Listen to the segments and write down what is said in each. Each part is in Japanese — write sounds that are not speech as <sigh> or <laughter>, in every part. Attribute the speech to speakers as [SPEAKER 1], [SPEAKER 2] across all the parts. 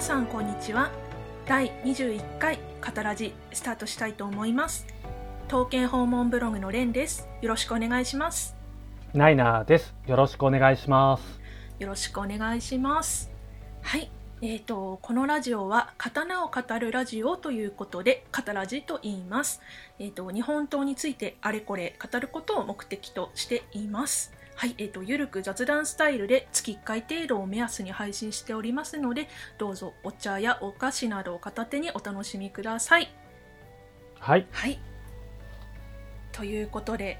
[SPEAKER 1] さんこんにちは第21回カタラジスタートしたいと思います刀剣訪問ブログのレンですよろしくお願いします
[SPEAKER 2] ナイナーです。よろしくお願いします。
[SPEAKER 1] よろしくお願いしますはいえー、とこのラジオは刀を語るラジオということでカタラジと言いますえー、と日本刀についてあれこれ語ることを目的としています。はい、えー、とゆるく雑談スタイルで月1回程度を目安に配信しておりますのでどうぞお茶やお菓子などを片手にお楽しみください。
[SPEAKER 2] はい。
[SPEAKER 1] はいということで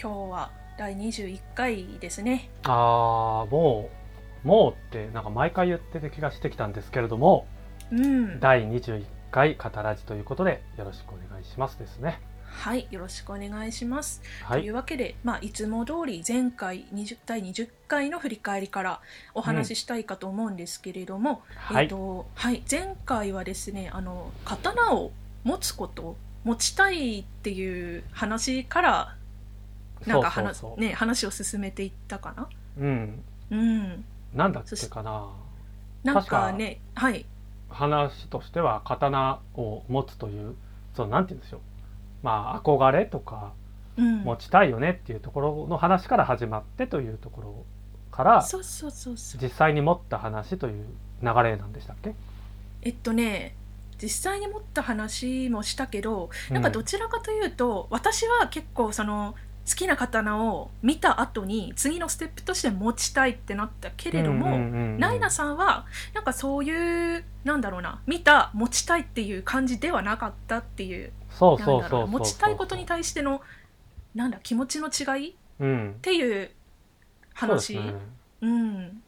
[SPEAKER 1] 今日は第21回ですね。
[SPEAKER 2] あー、もう、もうって、なんか毎回言ってる気がしてきたんですけれども、
[SPEAKER 1] うん、
[SPEAKER 2] 第21回カタラジということで、よろしくお願いしますですね。
[SPEAKER 1] はいよろしくお願いします。
[SPEAKER 2] は
[SPEAKER 1] と
[SPEAKER 2] い。
[SPEAKER 1] いうわけで、まあ、いつも通り前回20第20回の振り返りからお話ししたいかと思うんですけれども、
[SPEAKER 2] は
[SPEAKER 1] えー
[SPEAKER 2] い。
[SPEAKER 1] とはい、前回はですねあの刀を持つこと持ちたいっていう話からなんか話
[SPEAKER 2] そうそうそう。
[SPEAKER 1] ね、話を進めていったかな。
[SPEAKER 2] うん。
[SPEAKER 1] うん、
[SPEAKER 2] なんだっけかな。
[SPEAKER 1] なんかねはい
[SPEAKER 2] 話としては、刀を持つという、その、なんて言うんでしょう。まあ、憧れとか、
[SPEAKER 1] うん、
[SPEAKER 2] 持ちたいよねっていうところの話から始まってというところから、
[SPEAKER 1] そうそうそうそう
[SPEAKER 2] 実際に持った話という流れなんでしたっけ
[SPEAKER 1] えっとね実際に持った話もしたけど、なんかどちらかというと、私は結構その好きな刀を見た後に次のステップとして持ちたいってなったけれども、ナイナさんはなんかそういうなんだろうな見た持ちたいっていう感じではなかったっていう
[SPEAKER 2] そう
[SPEAKER 1] なんだろ
[SPEAKER 2] そううそうそう
[SPEAKER 1] な持ちたいことに対してのなんだ気持ちの違いっ
[SPEAKER 2] うん
[SPEAKER 1] ていう話
[SPEAKER 2] そううですね
[SPEAKER 1] ん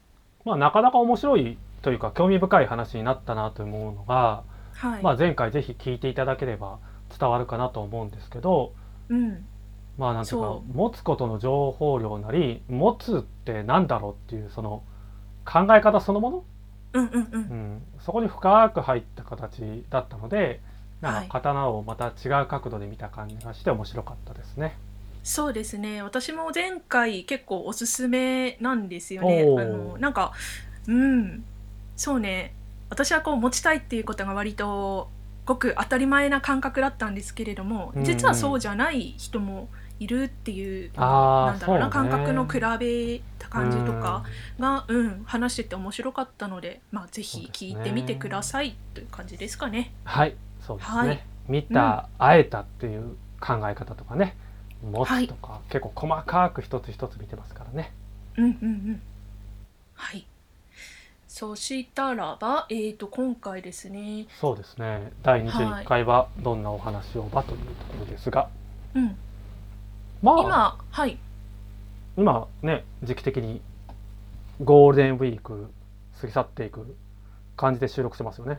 [SPEAKER 2] まあなかなか面白いというか興味深い話になったなと思うのが、
[SPEAKER 1] はい、
[SPEAKER 2] まあ前回ぜひ聞いていただければ伝わるかなと思うんですけど
[SPEAKER 1] うん
[SPEAKER 2] まあなんていうか
[SPEAKER 1] そ
[SPEAKER 2] 持つことの情報量なり持つってなんだろうっていうその考え方そのもの、
[SPEAKER 1] うんうんう
[SPEAKER 2] うんん、そこに深く入った形だったのでなん
[SPEAKER 1] はい
[SPEAKER 2] か刀をまた違う角度で見た感じがして面白かったですね。
[SPEAKER 1] そうですね私も前回結構おすすめなんですよね
[SPEAKER 2] お
[SPEAKER 1] あ
[SPEAKER 2] ー
[SPEAKER 1] のなんかうんそうね私はこう持ちたいっていうことが割とごく当たり前な感覚だったんですけれども
[SPEAKER 2] うん
[SPEAKER 1] 実はそうじゃない人もいるっていう
[SPEAKER 2] あ
[SPEAKER 1] な
[SPEAKER 2] ー
[SPEAKER 1] んだろうな
[SPEAKER 2] そう
[SPEAKER 1] 感
[SPEAKER 2] ね
[SPEAKER 1] 覚の比べた感じとかがうん話してて面白かったのでまあぜひ聞いてみてくださいという感じですかね。
[SPEAKER 2] はい、そうですね。
[SPEAKER 1] はい
[SPEAKER 2] 見た、会えたっていう考え方とかね、持つとか、結構細かく一つ一つ見てますからね。
[SPEAKER 1] うんうんうんはいそしたらば、えー、と今回ですね、
[SPEAKER 2] そうですね。第
[SPEAKER 1] はい
[SPEAKER 2] 21回はどんなお話をばというところですが、
[SPEAKER 1] うん、
[SPEAKER 2] まあ
[SPEAKER 1] 今はい
[SPEAKER 2] 今ね時期的にゴールデンウィーク過ぎ去っていく感じで収録してますよね。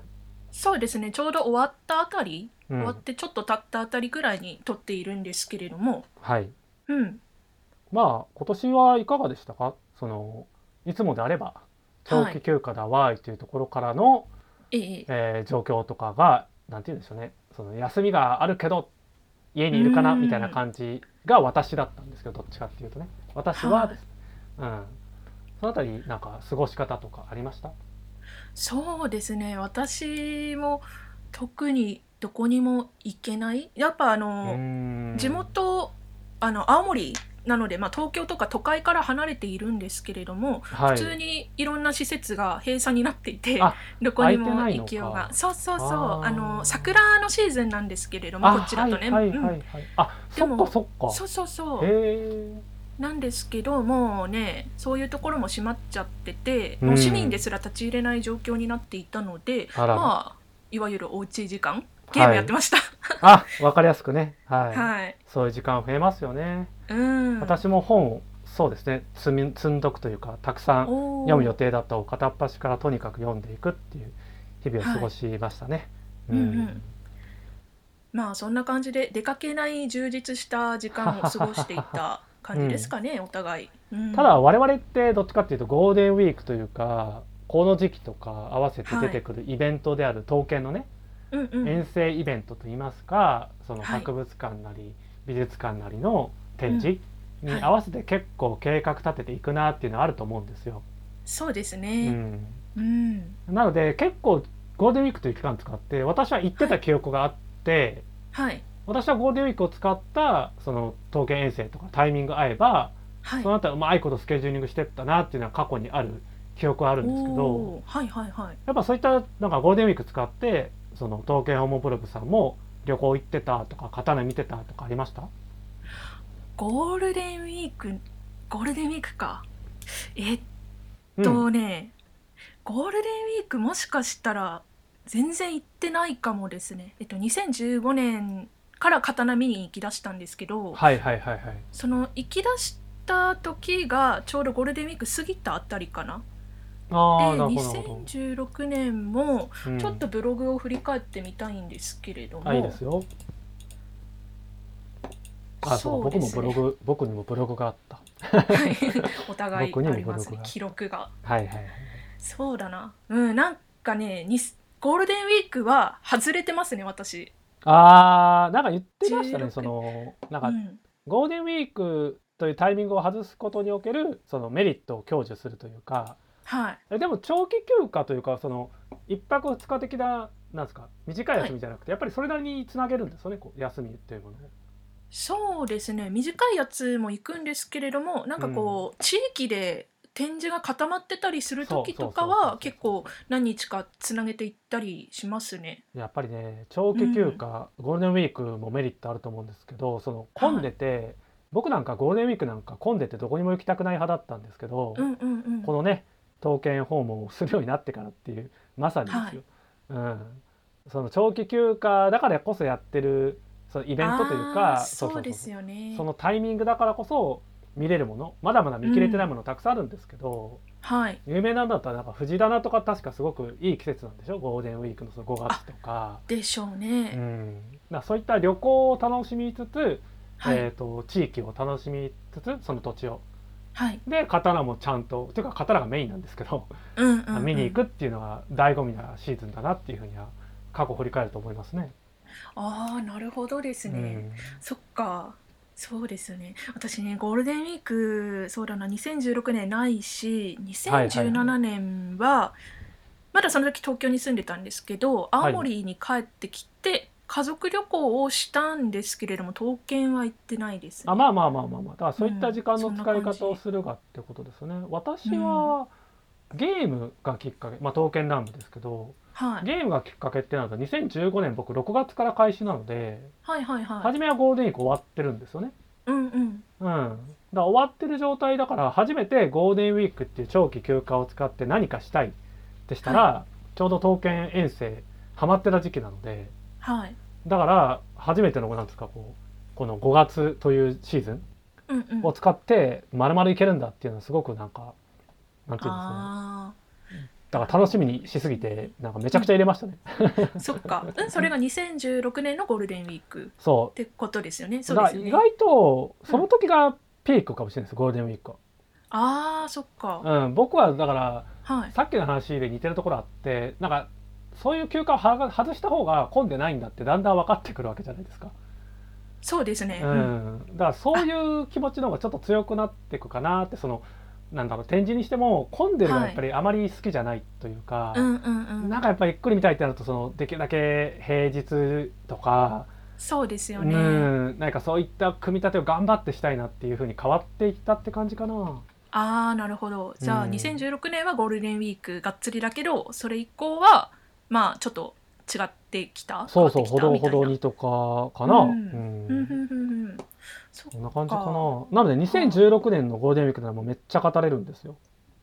[SPEAKER 1] そうですねちょうど終わったあたり、
[SPEAKER 2] う
[SPEAKER 1] 終わ
[SPEAKER 2] ん
[SPEAKER 1] っ、てちょっと経ったあたりぐらいに撮っているんですけれども
[SPEAKER 2] はい。
[SPEAKER 1] うん
[SPEAKER 2] まあ今年はいかがでしたか。そのいつもであれば長
[SPEAKER 1] は
[SPEAKER 2] 期
[SPEAKER 1] い
[SPEAKER 2] 休暇だわーいというところからの、
[SPEAKER 1] ええ
[SPEAKER 2] えー状況とかがなんて言うんでしょうねその休みがあるけど家にいるかな
[SPEAKER 1] うん
[SPEAKER 2] みたいな感じが私だったんですけどどっちかっていうとね私はです、うん、そのあたりなんか過ごし方とかありました
[SPEAKER 1] そうですね私も特にどこにも行けないやっぱあの、地元あの青森なので、まあ、東京とか都会から離れているんですけれども、
[SPEAKER 2] 普
[SPEAKER 1] 普通にいろんな施設が閉鎖になっていて
[SPEAKER 2] あ
[SPEAKER 1] どこにも
[SPEAKER 2] 空いてない
[SPEAKER 1] 行
[SPEAKER 2] のか
[SPEAKER 1] きようがそうそうそう
[SPEAKER 2] あ
[SPEAKER 1] あ
[SPEAKER 2] ー
[SPEAKER 1] の桜のシーズンなんですけれどもこっちだとね、
[SPEAKER 2] はいはいはいはい、あ
[SPEAKER 1] で
[SPEAKER 2] そっ
[SPEAKER 1] も
[SPEAKER 2] かそっ
[SPEAKER 1] うん
[SPEAKER 2] か
[SPEAKER 1] そうそうそう
[SPEAKER 2] へ
[SPEAKER 1] なんですけどもうねそういうところも閉まっちゃってて、
[SPEAKER 2] うん
[SPEAKER 1] もう市民ですら立ち入れない状況になっていたので
[SPEAKER 2] えあら、
[SPEAKER 1] まあいわゆるおうち時間ゲームやってました
[SPEAKER 2] あわかりやすくねはい、
[SPEAKER 1] はい、
[SPEAKER 2] そういう時間増えますよね、
[SPEAKER 1] うん
[SPEAKER 2] 私も本をそうですね積み積んどくというかたくさん
[SPEAKER 1] おー
[SPEAKER 2] 読む予定だったを片っ端からとにかく読んでいくっていう日々を過ごしましたね。
[SPEAKER 1] はいうんうんまあそんな感じで出かけない充実した時間を過ごしていた感じですかね、お互い、うん
[SPEAKER 2] ただ我々ってどっちかっていうとゴールデンウィークというかこの時期とか合わせて出てくるイベントである刀剣の
[SPEAKER 1] うんう
[SPEAKER 2] ね、
[SPEAKER 1] ん
[SPEAKER 2] 遠征イベントといいますかその
[SPEAKER 1] はい
[SPEAKER 2] 博物館なり美術館なりの展示
[SPEAKER 1] うん
[SPEAKER 2] に合わせて結構計画立てていくなっていうのはあると思うんですよ。
[SPEAKER 1] そうです
[SPEAKER 2] う
[SPEAKER 1] ね、
[SPEAKER 2] ん
[SPEAKER 1] うん
[SPEAKER 2] なので結構ゴールデンウィークという期間使って私は行ってた記憶があって、
[SPEAKER 1] はい
[SPEAKER 2] 私はゴールデンウィークを使ったその統計遠征とかタイミング合えば
[SPEAKER 1] はい
[SPEAKER 2] そのあたりうまいことスケジューリングしてったなっていうのは過去にある記憶はあるんですけど
[SPEAKER 1] おーはいはいはい
[SPEAKER 2] やっぱそういったなんかゴールデンウィーク使ってその刀剣ホモブログさんも旅行行ってたとか刀見てたとかありました
[SPEAKER 1] ゴールデンウィークゴールデンウィークかえっ
[SPEAKER 2] うん
[SPEAKER 1] とね、ゴールデンウィークもしかしたら全然行ってないかもですねえっと2015年から刀見に行き出したんですけど
[SPEAKER 2] はいはいはいはい
[SPEAKER 1] その行き出した時がちょうどゴールデンウィーク過ぎたあたりかなで
[SPEAKER 2] ああなるほどなるほど
[SPEAKER 1] 2016年も
[SPEAKER 2] うん
[SPEAKER 1] ちょっとブログを振り返ってみたいんですけれども、
[SPEAKER 2] あいいですよあそう
[SPEAKER 1] そう
[SPEAKER 2] 僕
[SPEAKER 1] で
[SPEAKER 2] も
[SPEAKER 1] す
[SPEAKER 2] ブ
[SPEAKER 1] ね
[SPEAKER 2] ログ僕にもブログがあった
[SPEAKER 1] はいお互いあ
[SPEAKER 2] <laughs> 僕にも
[SPEAKER 1] ります
[SPEAKER 2] ブ
[SPEAKER 1] ね
[SPEAKER 2] ログが
[SPEAKER 1] 記録が
[SPEAKER 2] はいはいはい
[SPEAKER 1] そうだなうんなんかねにゴールデンウィークは外れてますね私
[SPEAKER 2] あーなんか言ってましたね
[SPEAKER 1] 16
[SPEAKER 2] そのな
[SPEAKER 1] う
[SPEAKER 2] んか
[SPEAKER 1] ん
[SPEAKER 2] ゴールデンウィークというタイミングを外すことにおけるそのメリットを享受するというか
[SPEAKER 1] はい
[SPEAKER 2] えでも長期休暇というかその1泊2日的ななんですか短い休みじゃなくて、やっぱりそれなりにつなげるんですよねこう休みっていうものを
[SPEAKER 1] そうですね短いやつも行くんですけれどもなんかこう、地域で展示が固まってたりする時とか
[SPEAKER 2] そうそうそうそう
[SPEAKER 1] は結構何日かつなげていったりしますね。
[SPEAKER 2] やっぱりね長期休暇、ゴールデンウィークもメリットあると思うんですけどその混んでて、僕なんかゴールデンウィークなんか混んでてどこにも行きたくない派だったんですけど、
[SPEAKER 1] うんうんうん、
[SPEAKER 2] このね刀剣訪問をするようになってからっていうまさにですよ、うん、その長期休暇だからこそやってるそのイ
[SPEAKER 1] イ
[SPEAKER 2] ベントというか
[SPEAKER 1] そう
[SPEAKER 2] そうそうそう
[SPEAKER 1] ですよね
[SPEAKER 2] そのタイミングだからこそ見れるものまだまだ見切れてないものたくさんあるんですけど、
[SPEAKER 1] はい
[SPEAKER 2] 有名なんだったらなんか藤棚とか確かすごくいい季節なんでしょゴールデンウィークのその5月とか。
[SPEAKER 1] でしょう
[SPEAKER 2] う
[SPEAKER 1] ね。
[SPEAKER 2] ん、だからそういった旅行を楽しみつつ、
[SPEAKER 1] はい、
[SPEAKER 2] えー、と地域を楽しみつつその土地を
[SPEAKER 1] はい、
[SPEAKER 2] で刀もちゃんとというか刀がメインなんですけど
[SPEAKER 1] うんうん、うん、
[SPEAKER 2] 見に行くっていうのは醍醐味なシーズンだなっていうふうには過去振り返ると思いますね。
[SPEAKER 1] ああなるほどですね。そっかそうですよね私ねゴールデンウィークそうだな2016年ないし
[SPEAKER 2] はいはい
[SPEAKER 1] 2017年は、まだその時東京に住んでたんですけど青森に帰ってきて家族旅行をしたんですけれども刀剣は行ってないです、
[SPEAKER 2] うんあまあまあまあまあまあだからそういった時間の
[SPEAKER 1] うん
[SPEAKER 2] 使い
[SPEAKER 1] そんな
[SPEAKER 2] 方
[SPEAKER 1] 感
[SPEAKER 2] を
[SPEAKER 1] じ
[SPEAKER 2] するがってことですね。私は、ゲームがきっかけ、まあ、刀剣乱舞ですけど
[SPEAKER 1] はい、
[SPEAKER 2] ゲームがきっかけってなると2015年僕6月から開始なので
[SPEAKER 1] はいはいはい
[SPEAKER 2] 初めはゴールデンウィーク終わってるんですよね。
[SPEAKER 1] うんうん
[SPEAKER 2] うん、だから終わってる状態だから初めてゴールデンウィークっていう長期休暇を使って何かしたいでしたら、ちょうど刀剣遠征ハマってた時期なので
[SPEAKER 1] はい
[SPEAKER 2] だから初めてのなんですかこうこの5月というシーズン
[SPEAKER 1] うんうん
[SPEAKER 2] を使ってまるまるいけるんだっていうのはすごくなんかなんていうんですかね
[SPEAKER 1] あ
[SPEAKER 2] だから楽しみにしすぎてなんかめちゃくちゃ入れましたね。
[SPEAKER 1] あそっか、うん、それが2016年のゴールデンウィーク
[SPEAKER 2] そ
[SPEAKER 1] ってことですよね
[SPEAKER 2] う
[SPEAKER 1] そう
[SPEAKER 2] だ
[SPEAKER 1] で
[SPEAKER 2] か
[SPEAKER 1] す
[SPEAKER 2] ら
[SPEAKER 1] よね
[SPEAKER 2] 意外とその時がピークかもしれないですゴールデンウィーク
[SPEAKER 1] ああそっか
[SPEAKER 2] は。うん、僕はだから
[SPEAKER 1] はい
[SPEAKER 2] さっきの話で似てるところあってなんかそういう休暇をはが外した方が混んでないんだってだんだん分かってくるわけじゃないですか、
[SPEAKER 1] そうですね、
[SPEAKER 2] う
[SPEAKER 1] うん
[SPEAKER 2] ん、だからそういう気持ちの方がちょっと強くなっていくかなってそのなんだろう展示にしても混んでるのはやっぱりあまり好きじゃないというか、
[SPEAKER 1] うんうんうん
[SPEAKER 2] なんかやっぱりゆっくり見たいってなるとそのできるだけ平日とか、
[SPEAKER 1] そうですよ
[SPEAKER 2] う
[SPEAKER 1] ね、
[SPEAKER 2] ん、なんかそういった組み立てを頑張ってしたいなっていう風に変わっていったって感じかな。
[SPEAKER 1] ああなるほどじゃあ、
[SPEAKER 2] うん
[SPEAKER 1] 2016年はゴールデンウィークがっつりだけどそれ以降はまあちょっと違ってきた
[SPEAKER 2] そうそう
[SPEAKER 1] 変
[SPEAKER 2] ほ
[SPEAKER 1] わ
[SPEAKER 2] ど
[SPEAKER 1] ってきた
[SPEAKER 2] ほどにとかかな。
[SPEAKER 1] うん
[SPEAKER 2] う
[SPEAKER 1] みたいなうんうんうんうんそ
[SPEAKER 2] こんな感じか
[SPEAKER 1] そ
[SPEAKER 2] な。なので2016年のゴールデンウィークならもうめっちゃ語れるんですよ。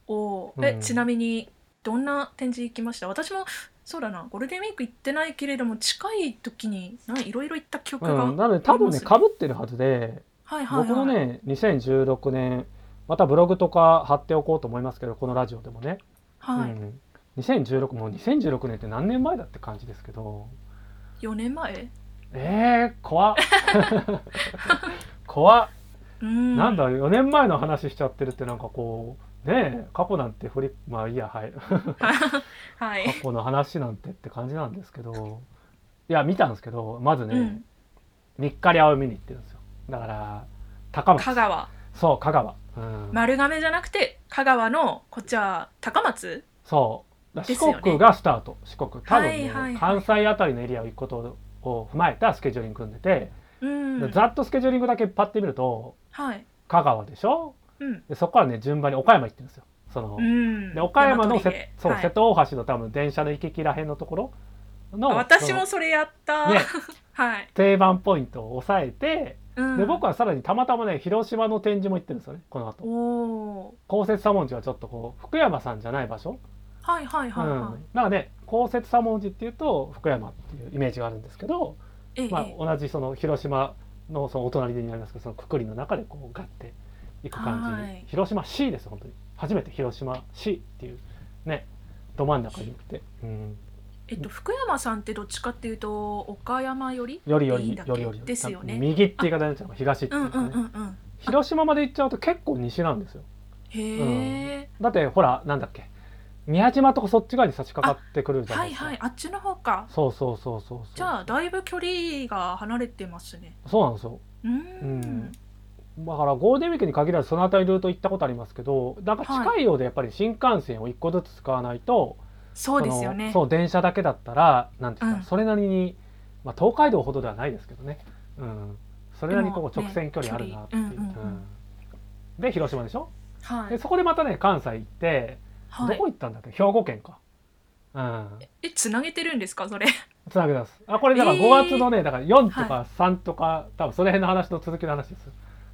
[SPEAKER 1] おーえ、
[SPEAKER 2] うん
[SPEAKER 1] ちなみにどんな展示行きました私もそうだなゴールデンウィーク行ってないけれども近い時にないろいろ行った記憶
[SPEAKER 2] う
[SPEAKER 1] が、
[SPEAKER 2] ん、なので多分ね
[SPEAKER 1] あり
[SPEAKER 2] 被
[SPEAKER 1] ます
[SPEAKER 2] ってるはずで、
[SPEAKER 1] はいはいはい
[SPEAKER 2] 僕もね2016年またブログとか貼っておこうと思いますけどこのラジオでもね、
[SPEAKER 1] はい、
[SPEAKER 2] うん、2016もう2016年って何年前だって感じですけど
[SPEAKER 1] 4年前
[SPEAKER 2] えー、
[SPEAKER 1] <laughs>
[SPEAKER 2] 怖っ怖っ、
[SPEAKER 1] うん
[SPEAKER 2] なんだ4年前の話しちゃってるってなんかこうねえ過去なんて振りまあいいやはい
[SPEAKER 1] <laughs> はい
[SPEAKER 2] 過去の話なんてって感じなんですけどいや見たんですけどまずね、
[SPEAKER 1] うん
[SPEAKER 2] 三日り青を見に行ってるんですよだから高松
[SPEAKER 1] 香川
[SPEAKER 2] そう香川、うん
[SPEAKER 1] 丸亀じゃなくて香川のこっちは高松
[SPEAKER 2] そだ
[SPEAKER 1] ですよね
[SPEAKER 2] 四国がスタート、四国多分ね、
[SPEAKER 1] はいはいはい
[SPEAKER 2] 関西あたりのエリアを行くことを踏まえたスケジューリング組んでて、
[SPEAKER 1] うん、
[SPEAKER 2] ざっとスケジューリングだけパッて見ると
[SPEAKER 1] はい、
[SPEAKER 2] 香川でしょ
[SPEAKER 1] うん、
[SPEAKER 2] でそこからね順番に岡山行ってるんですよその、
[SPEAKER 1] うん
[SPEAKER 2] で岡山の
[SPEAKER 1] 大和
[SPEAKER 2] せ、
[SPEAKER 1] 入れ
[SPEAKER 2] そう、
[SPEAKER 1] はい
[SPEAKER 2] 瀬戸大橋の多分電車の行き来らへんのところの
[SPEAKER 1] あ私
[SPEAKER 2] そ
[SPEAKER 1] も
[SPEAKER 2] の
[SPEAKER 1] それやった、
[SPEAKER 2] ね
[SPEAKER 1] <laughs> はい、
[SPEAKER 2] 定番ポイントを押さえて、
[SPEAKER 1] うん、
[SPEAKER 2] で僕はさらにたまたまね広島の展示も行ってるんですよねこの後
[SPEAKER 1] おお
[SPEAKER 2] 公設左文字はちょっとこう福山さんじゃない場所、
[SPEAKER 1] はいはいはいはい、
[SPEAKER 2] うん、なんかね公設左文字っていうと福山っていうイメージがあるんですけど、
[SPEAKER 1] ええ
[SPEAKER 2] まあ、同じその広島のそのお隣になりますけどそのくくりの中でこうガッていく感じに、
[SPEAKER 1] はい
[SPEAKER 2] 広島市です本当に初めて広島市っていうねど真ん中に行って、うん、
[SPEAKER 1] えっと福山さんってどっちかっていうと岡山より
[SPEAKER 2] よりよ
[SPEAKER 1] いいん
[SPEAKER 2] り
[SPEAKER 1] だっけ
[SPEAKER 2] よりより
[SPEAKER 1] ですよね
[SPEAKER 2] 右って言い方になっちゃうの東って
[SPEAKER 1] う
[SPEAKER 2] い
[SPEAKER 1] ん
[SPEAKER 2] うか
[SPEAKER 1] う
[SPEAKER 2] ね、
[SPEAKER 1] んうんうん
[SPEAKER 2] 広島まで行っちゃうと結構西なんですよ
[SPEAKER 1] へえ、
[SPEAKER 2] だってほらなんだっけ宮島とかそっち側に差し掛かってくるじゃな
[SPEAKER 1] はいい
[SPEAKER 2] ですか、
[SPEAKER 1] はいあっちの方か
[SPEAKER 2] そうそうそうそうそう
[SPEAKER 1] じゃあだいぶ距離が離れてますね
[SPEAKER 2] そうなんですよ
[SPEAKER 1] うーん
[SPEAKER 2] うんだからゴールデンウィークに限らずその辺りルート行ったことありますけどなんか近いようでやっぱり新幹線を一個ずつ使わないと、
[SPEAKER 1] そうですよね
[SPEAKER 2] そのそう電車だけだったらなんていうか、
[SPEAKER 1] うん
[SPEAKER 2] それなりに、まあ、東海道ほどではないですけどね、うん、それなりにこう
[SPEAKER 1] でもね
[SPEAKER 2] 直線距離あるなっていう。
[SPEAKER 1] 距離うんうんうん
[SPEAKER 2] うんで広島でしょ、
[SPEAKER 1] はい
[SPEAKER 2] でそこでまたね関西行って、
[SPEAKER 1] は
[SPEAKER 2] ど
[SPEAKER 1] い
[SPEAKER 2] こ行ったんだっけ兵庫県か。うん
[SPEAKER 1] えつなげてるんですかそれ
[SPEAKER 2] つなげます。あ、これだから
[SPEAKER 1] えー
[SPEAKER 2] 5月のね、だから4と
[SPEAKER 1] は
[SPEAKER 2] か3とか、多分その辺の話の続きの話です。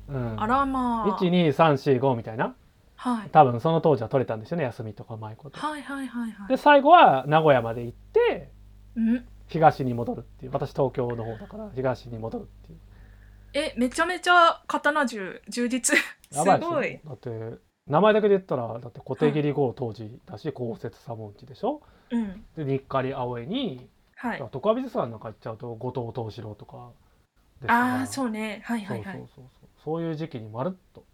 [SPEAKER 2] うん。
[SPEAKER 1] あらまあ
[SPEAKER 2] 1、2、3、4、5みたいな。
[SPEAKER 1] はい、
[SPEAKER 2] 多分その当時は取れたんですよね、休みとかうまいこと。
[SPEAKER 1] はいはいはいはい
[SPEAKER 2] で、最後は名古屋まで行って、
[SPEAKER 1] うん
[SPEAKER 2] 東に戻るっていう。私東京の方だから、東に戻るっていう。
[SPEAKER 1] えめちゃめちゃ刀銃充実す
[SPEAKER 2] <laughs> やばいです
[SPEAKER 1] ご
[SPEAKER 2] よ。
[SPEAKER 1] い
[SPEAKER 2] だって、名前だけで言ったら、だって小手切り号当時だし、公設左文字でしょ。
[SPEAKER 1] うん
[SPEAKER 2] で、日狩り青江に、
[SPEAKER 1] はい
[SPEAKER 2] 徳川美術館なんか行っちゃうと、後藤藤四郎とかですから。
[SPEAKER 1] ああそうねはい
[SPEAKER 2] そ
[SPEAKER 1] は
[SPEAKER 2] う
[SPEAKER 1] い
[SPEAKER 2] そ
[SPEAKER 1] は
[SPEAKER 2] う
[SPEAKER 1] い
[SPEAKER 2] そうそうそういう時期にまるっと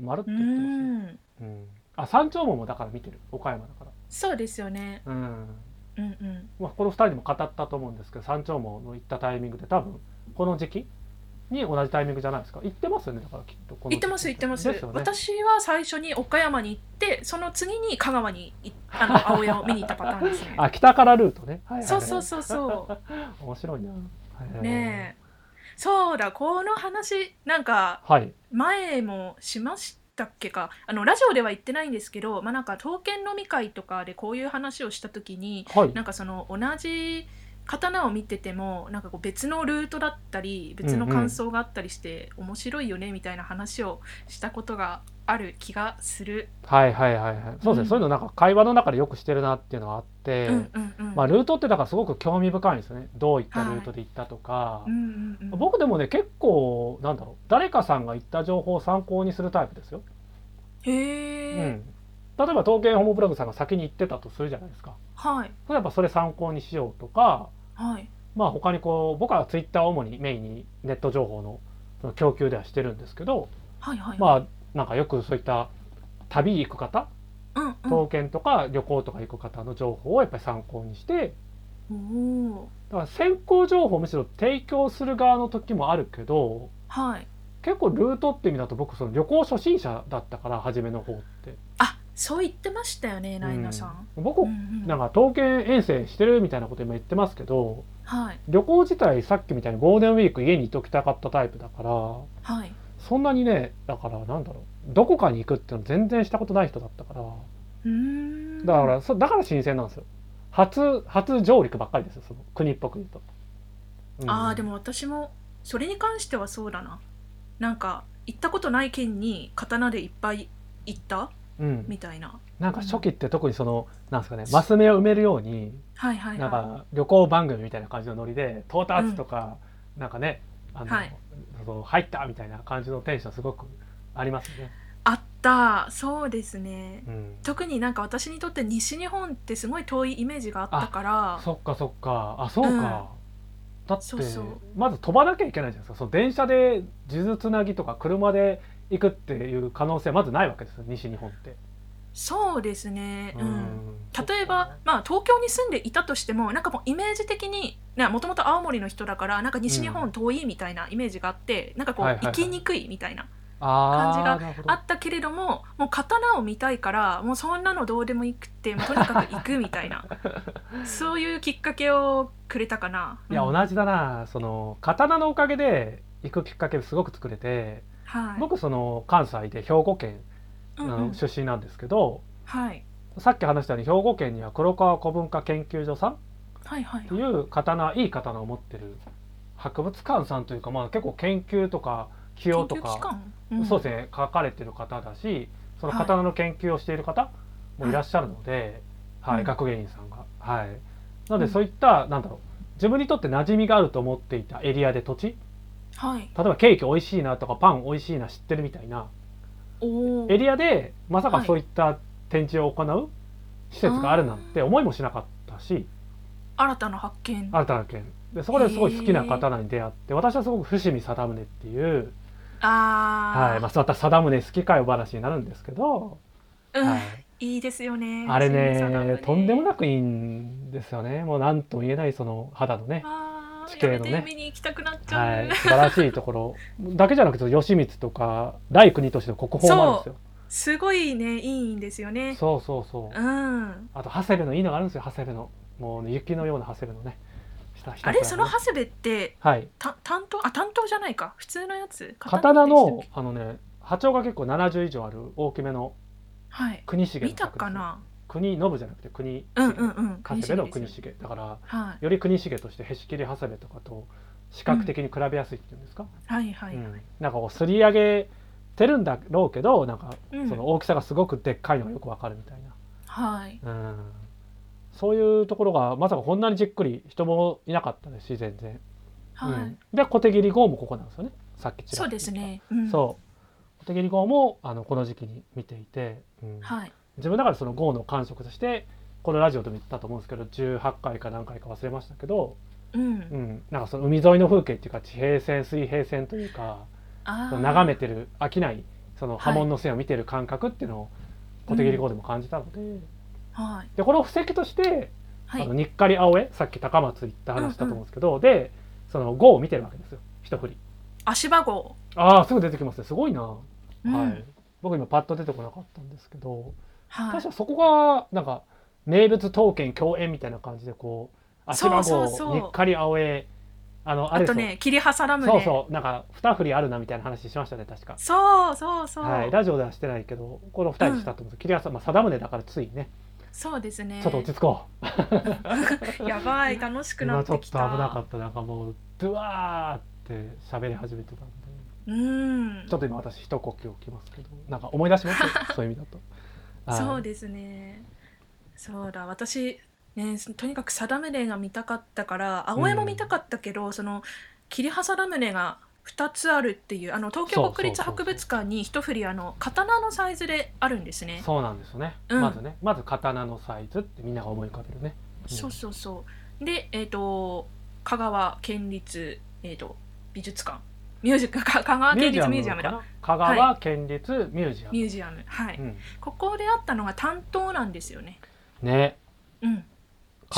[SPEAKER 2] まるっと
[SPEAKER 1] う
[SPEAKER 2] 言ってますね、
[SPEAKER 1] ん
[SPEAKER 2] うんあ山頂門もだから見てる岡山だか
[SPEAKER 1] そうですよね
[SPEAKER 2] ら、うん
[SPEAKER 1] うんうん
[SPEAKER 2] まあ、この2人にも語ったと思うんですけど山頂門の行ったタイミングで多分この時期に同じタイミングじゃないですか行ってますよねだからきっとこの
[SPEAKER 1] 行っ
[SPEAKER 2] 時期
[SPEAKER 1] てます行ってます
[SPEAKER 2] ですよね
[SPEAKER 1] 私は最初に岡山に行ってその次に香川にいあの
[SPEAKER 2] <laughs>
[SPEAKER 1] 青山を見に行ったパターンですね
[SPEAKER 2] あ北からルートね、はいはいはい
[SPEAKER 1] そうそうそうそ
[SPEAKER 2] 面白いな、はいはいは
[SPEAKER 1] う
[SPEAKER 2] い
[SPEAKER 1] ねえそうだこの話なんか
[SPEAKER 2] はい
[SPEAKER 1] 前もしましたっけかあのラジオでは言ってないんですけどまあなんか刀剣飲み会とかでこういう話をした時に
[SPEAKER 2] はい
[SPEAKER 1] なんかその同じ刀を見ててもなんかこう別のルートだったり別の感想があったりして面白いよねみたいな話をしたことがある気がする。
[SPEAKER 2] はいはいはいはいそうで
[SPEAKER 1] う
[SPEAKER 2] すね、
[SPEAKER 1] ん
[SPEAKER 2] そういうのなんか会話の中でよくしてるなっていうのはあって、
[SPEAKER 1] うんうんうん
[SPEAKER 2] まあ、ルートってだからすごく興味深いんですよねどういったルートで行ったとか、
[SPEAKER 1] うんうんうん
[SPEAKER 2] 僕でもね結構なんだろう誰かさんが言った情報を参考にするタイプですよ、
[SPEAKER 1] へ
[SPEAKER 2] うん、例
[SPEAKER 1] え、
[SPEAKER 2] えば東京ホモブログさんが先に行ってたとするじゃないですか
[SPEAKER 1] はい
[SPEAKER 2] それやっぱそれ参考にしようとか
[SPEAKER 1] はい
[SPEAKER 2] まあ他にこう僕はツイッターを主にメインにネット情報のその供給ではしてるんですけど
[SPEAKER 1] はいはい。あ、
[SPEAKER 2] まあなんかよくそういった旅行く方
[SPEAKER 1] うんうん。
[SPEAKER 2] 刀剣とか旅行とか行く方の情報をやっぱり参考にして
[SPEAKER 1] おお、
[SPEAKER 2] だから先行情報をむしろ提供する側の時もあるけど
[SPEAKER 1] はい。
[SPEAKER 2] 結構ルートって意味だと僕その旅行初心者だったから初めの方って
[SPEAKER 1] あ、そう言ってましたよね、ライナさん。
[SPEAKER 2] 僕
[SPEAKER 1] うんうん
[SPEAKER 2] なんか刀剣遠征してるみたいなこと今言ってますけど
[SPEAKER 1] はい
[SPEAKER 2] 旅行自体さっきみたいにゴールデンウィーク家にいておきたかったタイプだから
[SPEAKER 1] はい。
[SPEAKER 2] そんなにねだからなんだろうどこかに行くっていうの全然したことない人だったから
[SPEAKER 1] うーん。
[SPEAKER 2] だから、そだから新鮮なんですよ初初上陸ばっかりですよその国っぽく言うと、うん
[SPEAKER 1] ああでも私もそれに関してはそうだな。なんか行ったことない県に刀でいっぱい行った
[SPEAKER 2] うん
[SPEAKER 1] みたいな。
[SPEAKER 2] なんか初期って特にそのなんですかねマス目を埋めるように
[SPEAKER 1] はいはい
[SPEAKER 2] なん
[SPEAKER 1] は
[SPEAKER 2] か旅行番組みたいな感じのノリで到達とか、なんかねあの、
[SPEAKER 1] はい
[SPEAKER 2] その入ったみたいな感じのテンションすごくありますよね。
[SPEAKER 1] い。あった、そうですね。
[SPEAKER 2] うん、
[SPEAKER 1] 特になんか私にとって西日本ってすごい遠いイメージがあったから、
[SPEAKER 2] そっかそっかあそう
[SPEAKER 1] う
[SPEAKER 2] か、
[SPEAKER 1] ん
[SPEAKER 2] だって
[SPEAKER 1] そうそう
[SPEAKER 2] まず飛ばなきゃいけないじゃないですかその電車で数珠つなぎとか車で行くっていう可能性まずないわけですよ西日本って。
[SPEAKER 1] そうですね。うん例え
[SPEAKER 2] そっ
[SPEAKER 1] ば
[SPEAKER 2] か、
[SPEAKER 1] まあ、東京に住んでいたとしてもなんかもうイメージ的にもともと青森の人だからなんか西日
[SPEAKER 2] う
[SPEAKER 1] 本遠いみたいなイメージがあって、なんかこう
[SPEAKER 2] はいはいは
[SPEAKER 1] 行
[SPEAKER 2] い
[SPEAKER 1] きにくいみたいな
[SPEAKER 2] あ
[SPEAKER 1] 感
[SPEAKER 2] ーなるほど
[SPEAKER 1] あったけれどももう刀を見たいからもうそんなのどうでもいいくってもうとにかく行くみたい
[SPEAKER 2] <laughs>
[SPEAKER 1] なそういうきっかけをくれたかな。
[SPEAKER 2] いや
[SPEAKER 1] うん
[SPEAKER 2] 同じだなその刀のおかげで行くきっかけすごく作れて、
[SPEAKER 1] はい、
[SPEAKER 2] 僕その関西で兵庫県
[SPEAKER 1] う
[SPEAKER 2] あ
[SPEAKER 1] んうん
[SPEAKER 2] の出身なんですけど、
[SPEAKER 1] はい、
[SPEAKER 2] さっき話したように兵庫県には黒川古文化研究所さんっ
[SPEAKER 1] はいはい
[SPEAKER 2] ていう刀いい刀を持ってる博物館さんというか、まあ、結構研究とか起用と
[SPEAKER 1] 研究機
[SPEAKER 2] か、
[SPEAKER 1] 関、うん
[SPEAKER 2] そうですね書かれてる方だしその刀の研究をしている方もいらっしゃるので、はい
[SPEAKER 1] うん
[SPEAKER 2] 学芸員さんが。はい、なの
[SPEAKER 1] う
[SPEAKER 2] で
[SPEAKER 1] ん
[SPEAKER 2] そういった、なんだろう自分にとって馴染みがあると思っていたエリアで土地
[SPEAKER 1] はい
[SPEAKER 2] 例えばケーキ美味しいなとかパン美味しいな知ってるみたいな
[SPEAKER 1] おー
[SPEAKER 2] エリアでまさかそういった展示を行う施設があるなんて思いもしなかったし
[SPEAKER 1] 新たな発見
[SPEAKER 2] 新たな県でそこですごい好きな刀に出会って私はすごく伏見貞宗っていう、
[SPEAKER 1] あー
[SPEAKER 2] はいまあ、また貞宗好きかよ話になるんですけど、
[SPEAKER 1] うん
[SPEAKER 2] はい
[SPEAKER 1] いいですよね
[SPEAKER 2] あれねとんでも
[SPEAKER 1] い
[SPEAKER 2] なくいいんですよねもう何とも言えないその肌のね、
[SPEAKER 1] あ
[SPEAKER 2] 地
[SPEAKER 1] ー
[SPEAKER 2] 形
[SPEAKER 1] や
[SPEAKER 2] のね
[SPEAKER 1] めて見に行きたくなっち
[SPEAKER 2] は
[SPEAKER 1] ゃう、
[SPEAKER 2] い、素晴らしいところだけじゃなくて義満とか大国としての国宝もあるんですよ。
[SPEAKER 1] すごいねいいんですよね
[SPEAKER 2] そうそうそう
[SPEAKER 1] うん
[SPEAKER 2] あと長谷部のいいのがあるんですよ長谷部のもうね、雪のような長谷部のね下下
[SPEAKER 1] あ
[SPEAKER 2] から
[SPEAKER 1] れ
[SPEAKER 2] ね
[SPEAKER 1] その長谷部って
[SPEAKER 2] はい
[SPEAKER 1] た担当あ担当じゃないか普通のやつ
[SPEAKER 2] 刀
[SPEAKER 1] でしたっ
[SPEAKER 2] の
[SPEAKER 1] け
[SPEAKER 2] あのね波長が結構70以上ある大きめの
[SPEAKER 1] はい
[SPEAKER 2] 国重の
[SPEAKER 1] 見たかな
[SPEAKER 2] 国信じゃなくて国
[SPEAKER 1] うんうんうん
[SPEAKER 2] 長谷部の国
[SPEAKER 1] です
[SPEAKER 2] 重だから
[SPEAKER 1] はい
[SPEAKER 2] より国重としてへし切り長谷部とかと視覚的に比べやすいっていうんですか、
[SPEAKER 1] はいはい、
[SPEAKER 2] うんなんかこうすり上げてるんだろうけどなんか
[SPEAKER 1] うん
[SPEAKER 2] その大きさがすごくでっかいのがよくわかるみたいな
[SPEAKER 1] はい
[SPEAKER 2] うんそういうところがまさかこんなにじっくり人もいなかったですし全然、
[SPEAKER 1] はい、
[SPEAKER 2] うんで小手切り号もここなんですよねさっきちら
[SPEAKER 1] そ
[SPEAKER 2] っ
[SPEAKER 1] うで
[SPEAKER 2] と言った
[SPEAKER 1] すね、うん、
[SPEAKER 2] そう小手切り号もあのこの時期に見ていて、うん
[SPEAKER 1] はい
[SPEAKER 2] 自分だからその号の感触としてこのラジオでも言ったと思うんですけど18回か何回か忘れましたけど、
[SPEAKER 1] うん
[SPEAKER 2] うん、なんかその海沿いの風景っていうか地平線水平線というか
[SPEAKER 1] あ
[SPEAKER 2] そ
[SPEAKER 1] ー
[SPEAKER 2] の眺めてる飽きないその波紋の線を見てる感覚っていうのを小手切り号でも感じたので,、
[SPEAKER 1] はい
[SPEAKER 2] でこの布石として
[SPEAKER 1] はい
[SPEAKER 2] あの日狩り青江さっき高松行った話だと思うんですけど、でその碁を見てるわけですよ一振り
[SPEAKER 1] 足場号、
[SPEAKER 2] ああすぐ出てきますねすごいな、
[SPEAKER 1] うん
[SPEAKER 2] はい僕今パッと出てこなかったんですけど
[SPEAKER 1] はい
[SPEAKER 2] 確かそこがなんか名物刀剣共演みたいな感じでこう足場
[SPEAKER 1] そう
[SPEAKER 2] 碁
[SPEAKER 1] そうそう
[SPEAKER 2] 日狩り青江あのあ
[SPEAKER 1] あ
[SPEAKER 2] れで
[SPEAKER 1] と
[SPEAKER 2] すよ、
[SPEAKER 1] ね切り挟らむね
[SPEAKER 2] そうそうなんか二振りあるなみたいな話しましたね確か。
[SPEAKER 1] そうそうそう、
[SPEAKER 2] はい、ラジオではしてないけどこの二人でしたと思うんですけど桐谷さん、まあ、貞宗だからついね
[SPEAKER 1] そうですね
[SPEAKER 2] ちょっと落ち着こう、
[SPEAKER 1] やばい楽しくな
[SPEAKER 2] 今
[SPEAKER 1] っ
[SPEAKER 2] ちょ
[SPEAKER 1] て
[SPEAKER 2] っと
[SPEAKER 1] き
[SPEAKER 2] 危
[SPEAKER 1] た
[SPEAKER 2] なかったなんかもうドゥワーって喋り始めてたんで
[SPEAKER 1] うん
[SPEAKER 2] ちょっと今私一呼吸置きますけどなんか思い
[SPEAKER 1] <laughs>
[SPEAKER 2] 出しますそういう意味だとはい
[SPEAKER 1] そうですねそうだ私ねとにかく定宗が見たかったから青江も見たかったけど、その切り定宗が2つあるっていうあの東京国立
[SPEAKER 2] そうそうそうそう
[SPEAKER 1] 博物館に一振りあの刀のサイズであるんですね
[SPEAKER 2] そうなんですよね、
[SPEAKER 1] うん
[SPEAKER 2] まずねまず刀のサイズってみんなが思い浮かべるねうん
[SPEAKER 1] そうそうそう。で、えっ、と、香川県立、えっ、と、美術館。ミュージッ <laughs> ク、か香川県立ミュージアム
[SPEAKER 2] か
[SPEAKER 1] だ。
[SPEAKER 2] な香川県立ミュージアム、
[SPEAKER 1] ミュージアム。はい。
[SPEAKER 2] うん、
[SPEAKER 1] ここであったのが担当なんですよね。
[SPEAKER 2] ね
[SPEAKER 1] うん。しかも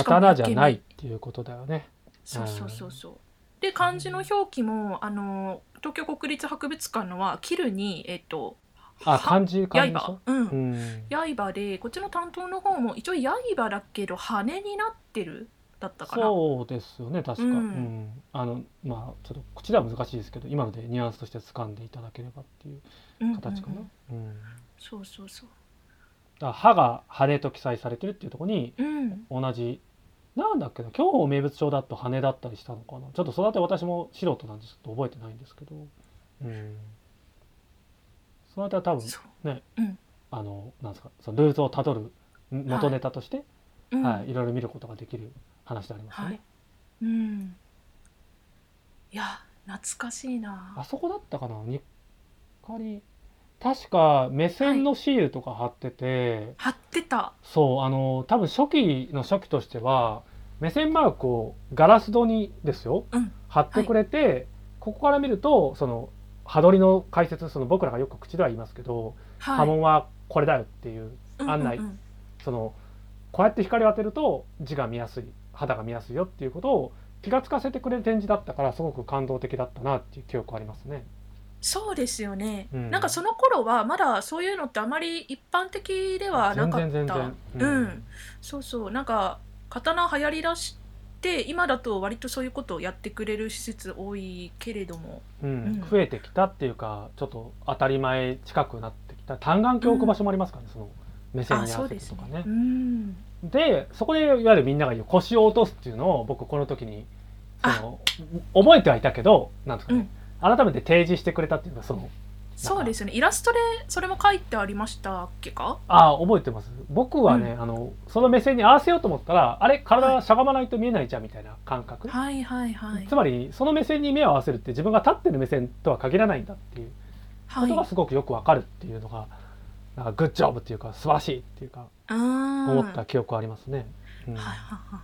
[SPEAKER 2] 刀じゃないっていうことだよね
[SPEAKER 1] そうそうそうそう。で、漢字の表記も、あの、東京国立博物館のは、切るに、えっ、と、
[SPEAKER 2] あ
[SPEAKER 1] は
[SPEAKER 2] 漢字漢字でし
[SPEAKER 1] 刃
[SPEAKER 2] ょ。
[SPEAKER 1] うん。
[SPEAKER 2] うん
[SPEAKER 1] 刃で、こっちの担当の方も、一応刃だけど、羽になってる。だったかな。
[SPEAKER 2] そうですよね確か、
[SPEAKER 1] う
[SPEAKER 2] うんんあのまあちょっと口では難しいですけど今のでニュアンスとして掴んでいただければっていう
[SPEAKER 1] うんうんうん
[SPEAKER 2] 形かな、うん
[SPEAKER 1] そうそうそう。
[SPEAKER 2] だから歯が羽と記載されてるっていうところに
[SPEAKER 1] うん。
[SPEAKER 2] 同じなんだっけな今日名物帳だと羽だったりしたのかなちょっとそのあたり私も素人なんでちょっと覚えてないんですけど、うん、そのあたりは多分
[SPEAKER 1] そう。
[SPEAKER 2] あのなんですかそのルーツをたどる元ネタとして、
[SPEAKER 1] うん
[SPEAKER 2] はいい、ろいろ見ることができる話でありますよね。
[SPEAKER 1] はい。うん。いや、懐かしいな
[SPEAKER 2] あ。そこだったかなにっかり確か目線のシールとか貼ってて、
[SPEAKER 1] 貼ってた。
[SPEAKER 2] そうあの多分初期の初期としては目線マークをガラス戸にですよ、
[SPEAKER 1] うん
[SPEAKER 2] 貼ってくれて、ここから見るとその歯取りの解説その僕らがよく口では言いますけど、
[SPEAKER 1] は
[SPEAKER 2] 波
[SPEAKER 1] い。
[SPEAKER 2] 紋はこれだよっていう
[SPEAKER 1] うんうんうん
[SPEAKER 2] 案内そのこうやって光を当てると字が見やすい肌が見やすいよっていうことを気がつかせてくれる展示だったからすごく感動的だったなっていう記憶ありますね。
[SPEAKER 1] そうですよね、
[SPEAKER 2] うん
[SPEAKER 1] なんかその頃はまだそういうのってあまり一般的ではなかった
[SPEAKER 2] 全然全然
[SPEAKER 1] うん
[SPEAKER 2] うん
[SPEAKER 1] そうそうなんか刀流行りだして今だと割とそういうことをやってくれる施設多いけれども
[SPEAKER 2] うん
[SPEAKER 1] うん
[SPEAKER 2] 増えてきたっていうかちょっと当たり前近くなってきた単眼鏡置く場所もありますからね、その目線
[SPEAKER 1] あ
[SPEAKER 2] に合
[SPEAKER 1] そ
[SPEAKER 2] わ
[SPEAKER 1] う
[SPEAKER 2] せ
[SPEAKER 1] で
[SPEAKER 2] て
[SPEAKER 1] す
[SPEAKER 2] と
[SPEAKER 1] ね
[SPEAKER 2] かね
[SPEAKER 1] う。ん
[SPEAKER 2] でそこでいわゆるみんなが言う腰を落とすっていうのを僕この時にその覚えてはいたけどなんですかね、改めて提示してくれたっていうのはその
[SPEAKER 1] そうですよねイラストでそれも書いてありましたっけか
[SPEAKER 2] ああ覚えてます僕はね、
[SPEAKER 1] う
[SPEAKER 2] あのその目線に合わせようと思ったらあれ体しゃがまないと見えないじゃんみたいな感覚、
[SPEAKER 1] はいはいはい
[SPEAKER 2] つまりその目線に目を合わせるって自分が立ってる目線とは限らないんだっていうこ
[SPEAKER 1] はい
[SPEAKER 2] とがすごくよくわかるっていうのが、なんかグッジョブっていうか素晴らしいっていうか
[SPEAKER 1] 思
[SPEAKER 2] 思った記憶はありますね。うん
[SPEAKER 1] はいはいはい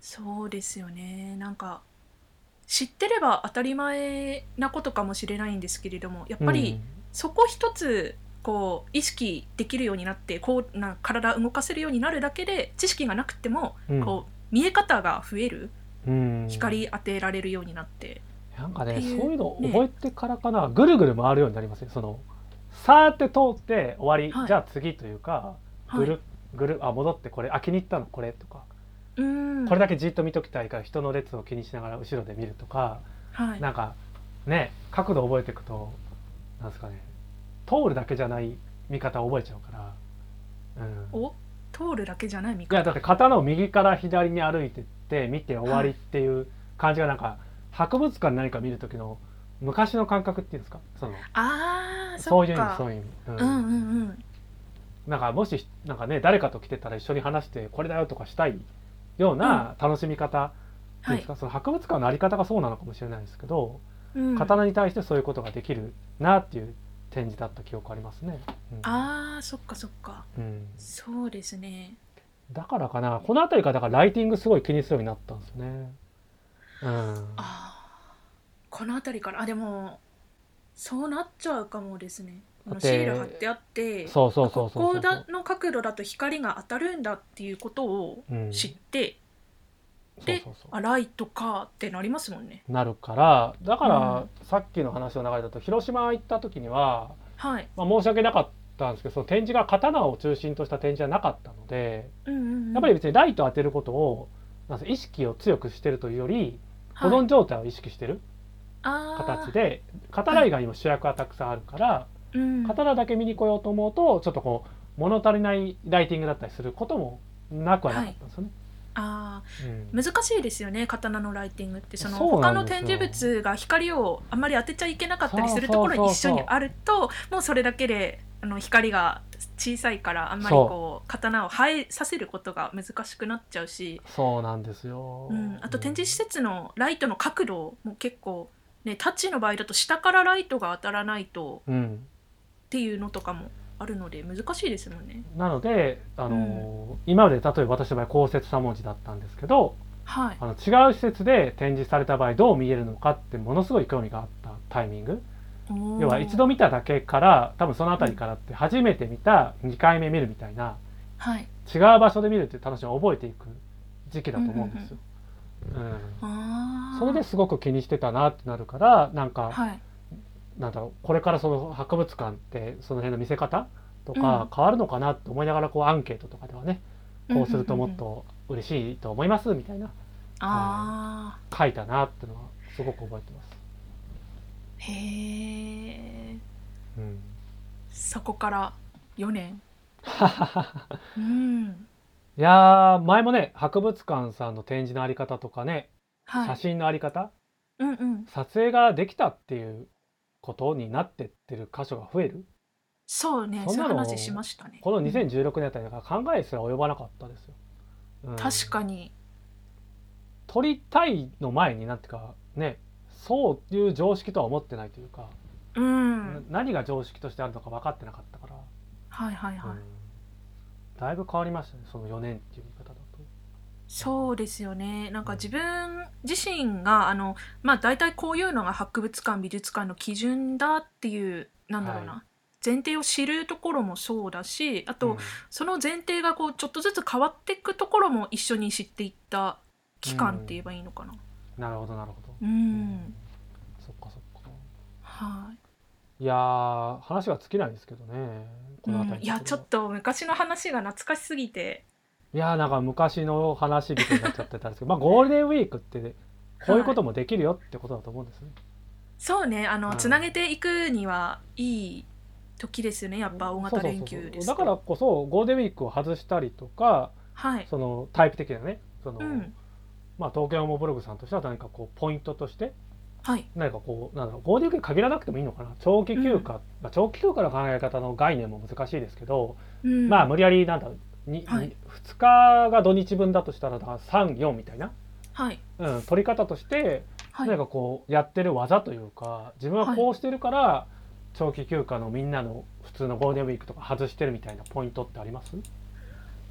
[SPEAKER 1] そうですよねなんか知ってれば当たり前なことかもしれないんですけれどもやっぱりそこ一つこう意識できるようになってこうな体動かせるようになるだけで知識がなくても
[SPEAKER 2] うん
[SPEAKER 1] こう見え方が増える
[SPEAKER 2] うん
[SPEAKER 1] 光当てられるようになって
[SPEAKER 2] なんか
[SPEAKER 1] っ
[SPEAKER 2] ね
[SPEAKER 1] ていう
[SPEAKER 2] そういうの
[SPEAKER 1] ね
[SPEAKER 2] 覚えてからかな、ぐるぐる回るようになりますねそのさーって通って終わり、
[SPEAKER 1] はい
[SPEAKER 2] じゃあ次というか
[SPEAKER 1] は
[SPEAKER 2] ぐ
[SPEAKER 1] い
[SPEAKER 2] る、ぐるあ戻ってこれあ気に入ったのこれとか、
[SPEAKER 1] うん
[SPEAKER 2] これだけじっと見ときたいから人の列を気にしながら後ろで見るとか、
[SPEAKER 1] はい
[SPEAKER 2] なんかね角度覚えていくとなんですかね通るだけじゃない見方を覚えちゃうから、うん、
[SPEAKER 1] お通るだけじゃない見
[SPEAKER 2] いや
[SPEAKER 1] 方
[SPEAKER 2] だって刀を右から左に歩いてって見て終わりっていう感じがなんか、博物館何か見る時の昔の感覚っていうんですかその
[SPEAKER 1] あー
[SPEAKER 2] そ
[SPEAKER 1] そう
[SPEAKER 2] いう
[SPEAKER 1] っ
[SPEAKER 2] 意味
[SPEAKER 1] か
[SPEAKER 2] そういう意味、うん
[SPEAKER 1] うんうんうん
[SPEAKER 2] なんかもしなんかね誰かと来てたら一緒に話してこれだよとかしたいような楽しみ方っていうん
[SPEAKER 1] は
[SPEAKER 2] です
[SPEAKER 1] い
[SPEAKER 2] か、その博物館のあり方がそうなのかもしれないですけど、
[SPEAKER 1] うん
[SPEAKER 2] 刀に対してそういうことができるなっていう展示だった記憶ありますね。うん
[SPEAKER 1] あーそっかそっか
[SPEAKER 2] うん
[SPEAKER 1] そうですね
[SPEAKER 2] だからかなこの辺りからだからライティングすごい気にするようになったんですよね。うん、
[SPEAKER 1] ああこの辺りからあでもそうなっちゃうかもですねこ
[SPEAKER 2] だっ
[SPEAKER 1] の
[SPEAKER 2] て
[SPEAKER 1] シール貼ってあって
[SPEAKER 2] そうそうそうそうそ
[SPEAKER 1] こ
[SPEAKER 2] う
[SPEAKER 1] こだの角度だと光が当たるんだっていうことを
[SPEAKER 2] うん、
[SPEAKER 1] 知って、
[SPEAKER 2] そう
[SPEAKER 1] で
[SPEAKER 2] そうそ
[SPEAKER 1] あライトかってなりますもんね
[SPEAKER 2] うなるからだから
[SPEAKER 1] う
[SPEAKER 2] さっきの話の流れだと広島行った時には、
[SPEAKER 1] はい
[SPEAKER 2] まあ、申し訳なかったんですけどその展示が刀を中心とした展示じゃなかったので
[SPEAKER 1] うんうんうん
[SPEAKER 2] やっぱり別にライトを当てることをなんせ意識を強くしてるというより保存状態を意識してる
[SPEAKER 1] はい、
[SPEAKER 2] 形で、刀以外にも主役がたくさんあるから、
[SPEAKER 1] あー、うん、
[SPEAKER 2] 刀だけ見に来ようと思うとちょっとこう物足りないライティングだったりすることもなくはなかったんですよね。
[SPEAKER 1] あー
[SPEAKER 2] うん
[SPEAKER 1] 難しいですよね刀のライティングってその
[SPEAKER 2] そう
[SPEAKER 1] 他
[SPEAKER 2] な
[SPEAKER 1] の
[SPEAKER 2] んですよ
[SPEAKER 1] 展示物が光をあんまり当てちゃいけなかったりすると
[SPEAKER 2] そうそう
[SPEAKER 1] ころ
[SPEAKER 2] そう
[SPEAKER 1] に一
[SPEAKER 2] そう
[SPEAKER 1] 緒にあるともうそれだけであの光が小さいからあんまり
[SPEAKER 2] そう
[SPEAKER 1] こう刀を映えさせることが難しくなっちゃうし、
[SPEAKER 2] そうなんですよ、
[SPEAKER 1] うん、あと展示施設のライトの角度も結構、ね、タッチの場合だと下からライトが当たらないと
[SPEAKER 2] うん、
[SPEAKER 1] っていうのとかもあるので難しいですもんね。
[SPEAKER 2] なので、あのー今まで例えば私の場合公設三文字だったんですけど
[SPEAKER 1] はい、
[SPEAKER 2] あの違う施設で展示された場合どう見えるのかってものすごい興味があったタイミング
[SPEAKER 1] おー
[SPEAKER 2] 要は一度見ただけから多分その辺りからって初めて見た2回目見るみたいな
[SPEAKER 1] はい、
[SPEAKER 2] 違う場所で見るっていう楽しみを覚えていく時期だと思うんですよ。うん
[SPEAKER 1] あー
[SPEAKER 2] それですごく気にしてたなってなるからなんか、
[SPEAKER 1] はい
[SPEAKER 2] なんだろうこれからその博物館ってその辺の見せ方と
[SPEAKER 1] う
[SPEAKER 2] か
[SPEAKER 1] ん
[SPEAKER 2] 変わるのかなって思いながらこうアンケートとかではねこうするともっと嬉しいと思いますみたいな
[SPEAKER 1] あ
[SPEAKER 2] 書いたなってのはすごく覚えてます。
[SPEAKER 1] ーへえ
[SPEAKER 2] うん、
[SPEAKER 1] そこから4年うん
[SPEAKER 2] いやー前もね博物館さんの展示のあり方とかね、
[SPEAKER 1] は
[SPEAKER 2] 写
[SPEAKER 1] い
[SPEAKER 2] 真のあり方
[SPEAKER 1] うんうん
[SPEAKER 2] 撮影ができたっていうことになってってる箇所が増える
[SPEAKER 1] そうね
[SPEAKER 2] そ
[SPEAKER 1] そ
[SPEAKER 2] ん
[SPEAKER 1] うい
[SPEAKER 2] な
[SPEAKER 1] う
[SPEAKER 2] の
[SPEAKER 1] 話しましたね
[SPEAKER 2] この2016年あたりだから考えすら及ばなかったですよ。うん
[SPEAKER 1] 確かに
[SPEAKER 2] 撮りたいの前になんていうかねそういう常識とは思ってないというか、
[SPEAKER 1] うん、
[SPEAKER 2] な何が常識としてあるのか分かってなかったから、
[SPEAKER 1] はいはいはい、
[SPEAKER 2] うんだいぶ変わりましたねその4年っていう言い方だと。
[SPEAKER 1] そうですよねなんか自分自身があの、まあ、大体こういうのが博物館美術館の基準だっていうなんだろうな、
[SPEAKER 2] は
[SPEAKER 1] 前提を知るところもそうだしあと、
[SPEAKER 2] うん
[SPEAKER 1] その前提がこうちょっとずつ変わっていくところも一緒に知っていった期間って言えばいいのかな。
[SPEAKER 2] なるほどなるほど。
[SPEAKER 1] うん、
[SPEAKER 2] そっかそっか。
[SPEAKER 1] はい
[SPEAKER 2] やー話が尽きないですけどね
[SPEAKER 1] い、う
[SPEAKER 2] この
[SPEAKER 1] ん
[SPEAKER 2] 辺りのところは、
[SPEAKER 1] いやちょっと昔の話が懐かしすぎて
[SPEAKER 2] いやーなんか昔の話みたいになっちゃってたんですけどまあゴールデンウィークってこういうこともできるよってことだと思うんですね。
[SPEAKER 1] そうねあ
[SPEAKER 2] は
[SPEAKER 1] の
[SPEAKER 2] い
[SPEAKER 1] つなげていくにはいい時ですよねやっぱ大型連休です
[SPEAKER 2] そうそうそうだからこそゴールデンウィークを外したりとか
[SPEAKER 1] はい
[SPEAKER 2] そのタイプ的なねその、
[SPEAKER 1] うん
[SPEAKER 2] まあ、東京アモブログさんとしては何かこうポイントとして
[SPEAKER 1] はい
[SPEAKER 2] 何かこうなんだろうゴールデンウィークに限らなくてもいいのかな長期休暇、まあ、長期休暇の考え方の概念も難しいですけど、
[SPEAKER 1] うん
[SPEAKER 2] まあ無理やりなんだろうに、
[SPEAKER 1] はい
[SPEAKER 2] に2日が土日分だとしたら34みたいな、
[SPEAKER 1] はい
[SPEAKER 2] うん、取り方として
[SPEAKER 1] はい
[SPEAKER 2] 何かこうやってる技というか自分はこうしてるから、長期休暇のみんなの普通のゴールデンウィークとか外してるみたいなポイントってあります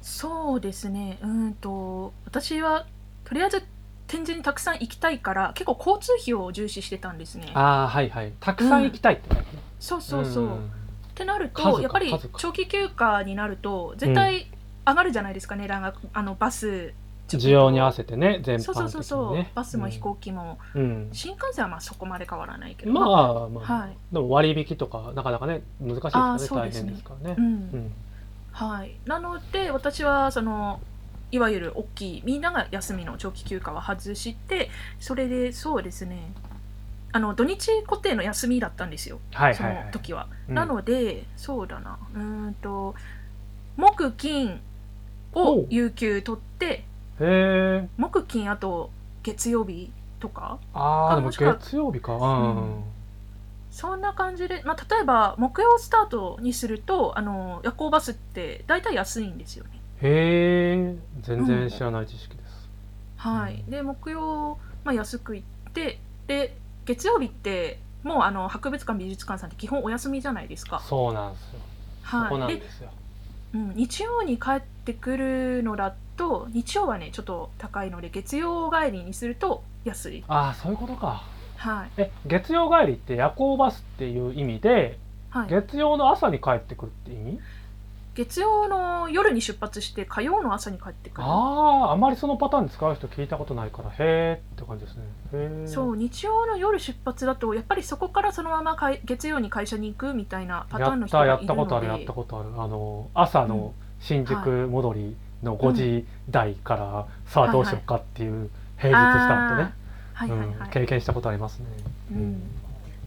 [SPEAKER 1] そうですねうーんと私はとりあえず展示にたくさん行きたいから結構交通費を重視してたんですね
[SPEAKER 2] ああはいはいたくさん行きたいって、
[SPEAKER 1] そうそうそう、
[SPEAKER 2] ん
[SPEAKER 1] ってなる
[SPEAKER 2] 数
[SPEAKER 1] と
[SPEAKER 2] か
[SPEAKER 1] やっぱり
[SPEAKER 2] 数か
[SPEAKER 1] 長期休暇になると絶対上がるじゃないですか値段があのバス
[SPEAKER 2] 需要に合わせてね全般的にね
[SPEAKER 1] そうそうそうそう、バスも飛行機も、
[SPEAKER 2] うん、
[SPEAKER 1] 新幹線はまあそこまで変わらないけど
[SPEAKER 2] うん、ま
[SPEAKER 1] あ
[SPEAKER 2] あまあ、
[SPEAKER 1] はい
[SPEAKER 2] でも割引とかなかなかね難しいですから
[SPEAKER 1] あー
[SPEAKER 2] ね
[SPEAKER 1] そう
[SPEAKER 2] 大
[SPEAKER 1] です
[SPEAKER 2] 変
[SPEAKER 1] ね
[SPEAKER 2] ですからね
[SPEAKER 1] う。ん、
[SPEAKER 2] うん
[SPEAKER 1] はいなので私はそのいわゆる大きいみんなが休みの長期休暇は外してそれでそうですねあの土日固定の休みだったんですよ
[SPEAKER 2] はい
[SPEAKER 1] そ
[SPEAKER 2] はい
[SPEAKER 1] の
[SPEAKER 2] はい。
[SPEAKER 1] 時は、
[SPEAKER 2] うん
[SPEAKER 1] なのでそうだなうーんと木金を有給取って
[SPEAKER 2] へえ。
[SPEAKER 1] 木金あと月曜日とか
[SPEAKER 2] ああでも
[SPEAKER 1] もしくは
[SPEAKER 2] 月曜日か。うん
[SPEAKER 1] うんそんな感じで、まあ、例えば木曜スタートにするとあの夜行バスって大体安いんですよね。
[SPEAKER 2] へえ。全然知らない知識です。
[SPEAKER 1] はい、
[SPEAKER 2] うん
[SPEAKER 1] で木曜、まあ、安く行ってで月曜日ってもうあの博物館美術館さんって基本お休みじゃないですか、
[SPEAKER 2] そうなんですよ。そこな
[SPEAKER 1] は
[SPEAKER 2] ん
[SPEAKER 1] いで
[SPEAKER 2] ですよ。
[SPEAKER 1] うん、日曜に帰ってくるのだと日曜はねちょっと高いので月曜帰りにすると安い、
[SPEAKER 2] ああそういうことか。
[SPEAKER 1] はい
[SPEAKER 2] え月曜帰りって夜行バスっていう意味で
[SPEAKER 1] はい、
[SPEAKER 2] 月曜の朝に帰ってくるって意味？
[SPEAKER 1] 月曜の夜に出発して火曜の朝に帰ってくる
[SPEAKER 2] あああまりそのパターン使う人聞いたことないからへえって感じですね。へえ。
[SPEAKER 1] そう日曜の夜出発だとやっぱりそこからそのままかい月曜に会社に行くみたいなパタ
[SPEAKER 2] や
[SPEAKER 1] ーンの
[SPEAKER 2] っ
[SPEAKER 1] 人
[SPEAKER 2] た
[SPEAKER 1] がい
[SPEAKER 2] や
[SPEAKER 1] るので
[SPEAKER 2] ったことあるやったことあるあの朝の新宿戻りの5時台から、さ
[SPEAKER 1] はい
[SPEAKER 2] あどうしようかっていう平日スタートね、
[SPEAKER 1] あーはいはいはい、
[SPEAKER 2] うん、経験したことありますね、
[SPEAKER 1] うん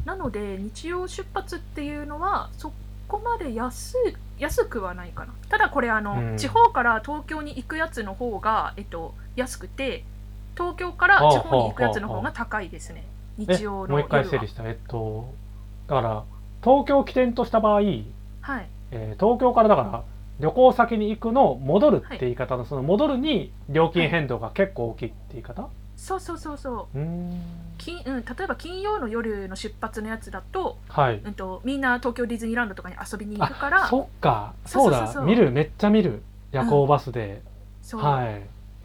[SPEAKER 1] なので日曜出発っていうのはそこまで安い安くはないかなただこれあの、
[SPEAKER 2] うん
[SPEAKER 1] 地方から東京に行くやつの方が、えっと、安くて東京から地方に行くやつの方が高いですね
[SPEAKER 2] え
[SPEAKER 1] 日曜
[SPEAKER 2] も
[SPEAKER 1] の
[SPEAKER 2] う
[SPEAKER 1] 夜
[SPEAKER 2] 一回整
[SPEAKER 1] は
[SPEAKER 2] 理したえっとだから東京を起点とした場合、え
[SPEAKER 1] はい
[SPEAKER 2] ー東京からだから旅行先に行くの戻るって言い方の、その戻るに料金変動が結構大きいって言い方、
[SPEAKER 1] そうそうそうそう
[SPEAKER 2] うーん
[SPEAKER 1] 金、うん、例えば金曜の夜の出発のやつだと,、
[SPEAKER 2] はい
[SPEAKER 1] うん、とみんな東京ディズニーランドとかに遊びに行くか
[SPEAKER 2] あ
[SPEAKER 1] ら
[SPEAKER 2] そっか
[SPEAKER 1] そ
[SPEAKER 2] そう
[SPEAKER 1] そう
[SPEAKER 2] う
[SPEAKER 1] そうそう
[SPEAKER 2] だ見るめっちゃ見る夜行バスで、
[SPEAKER 1] そう
[SPEAKER 2] はい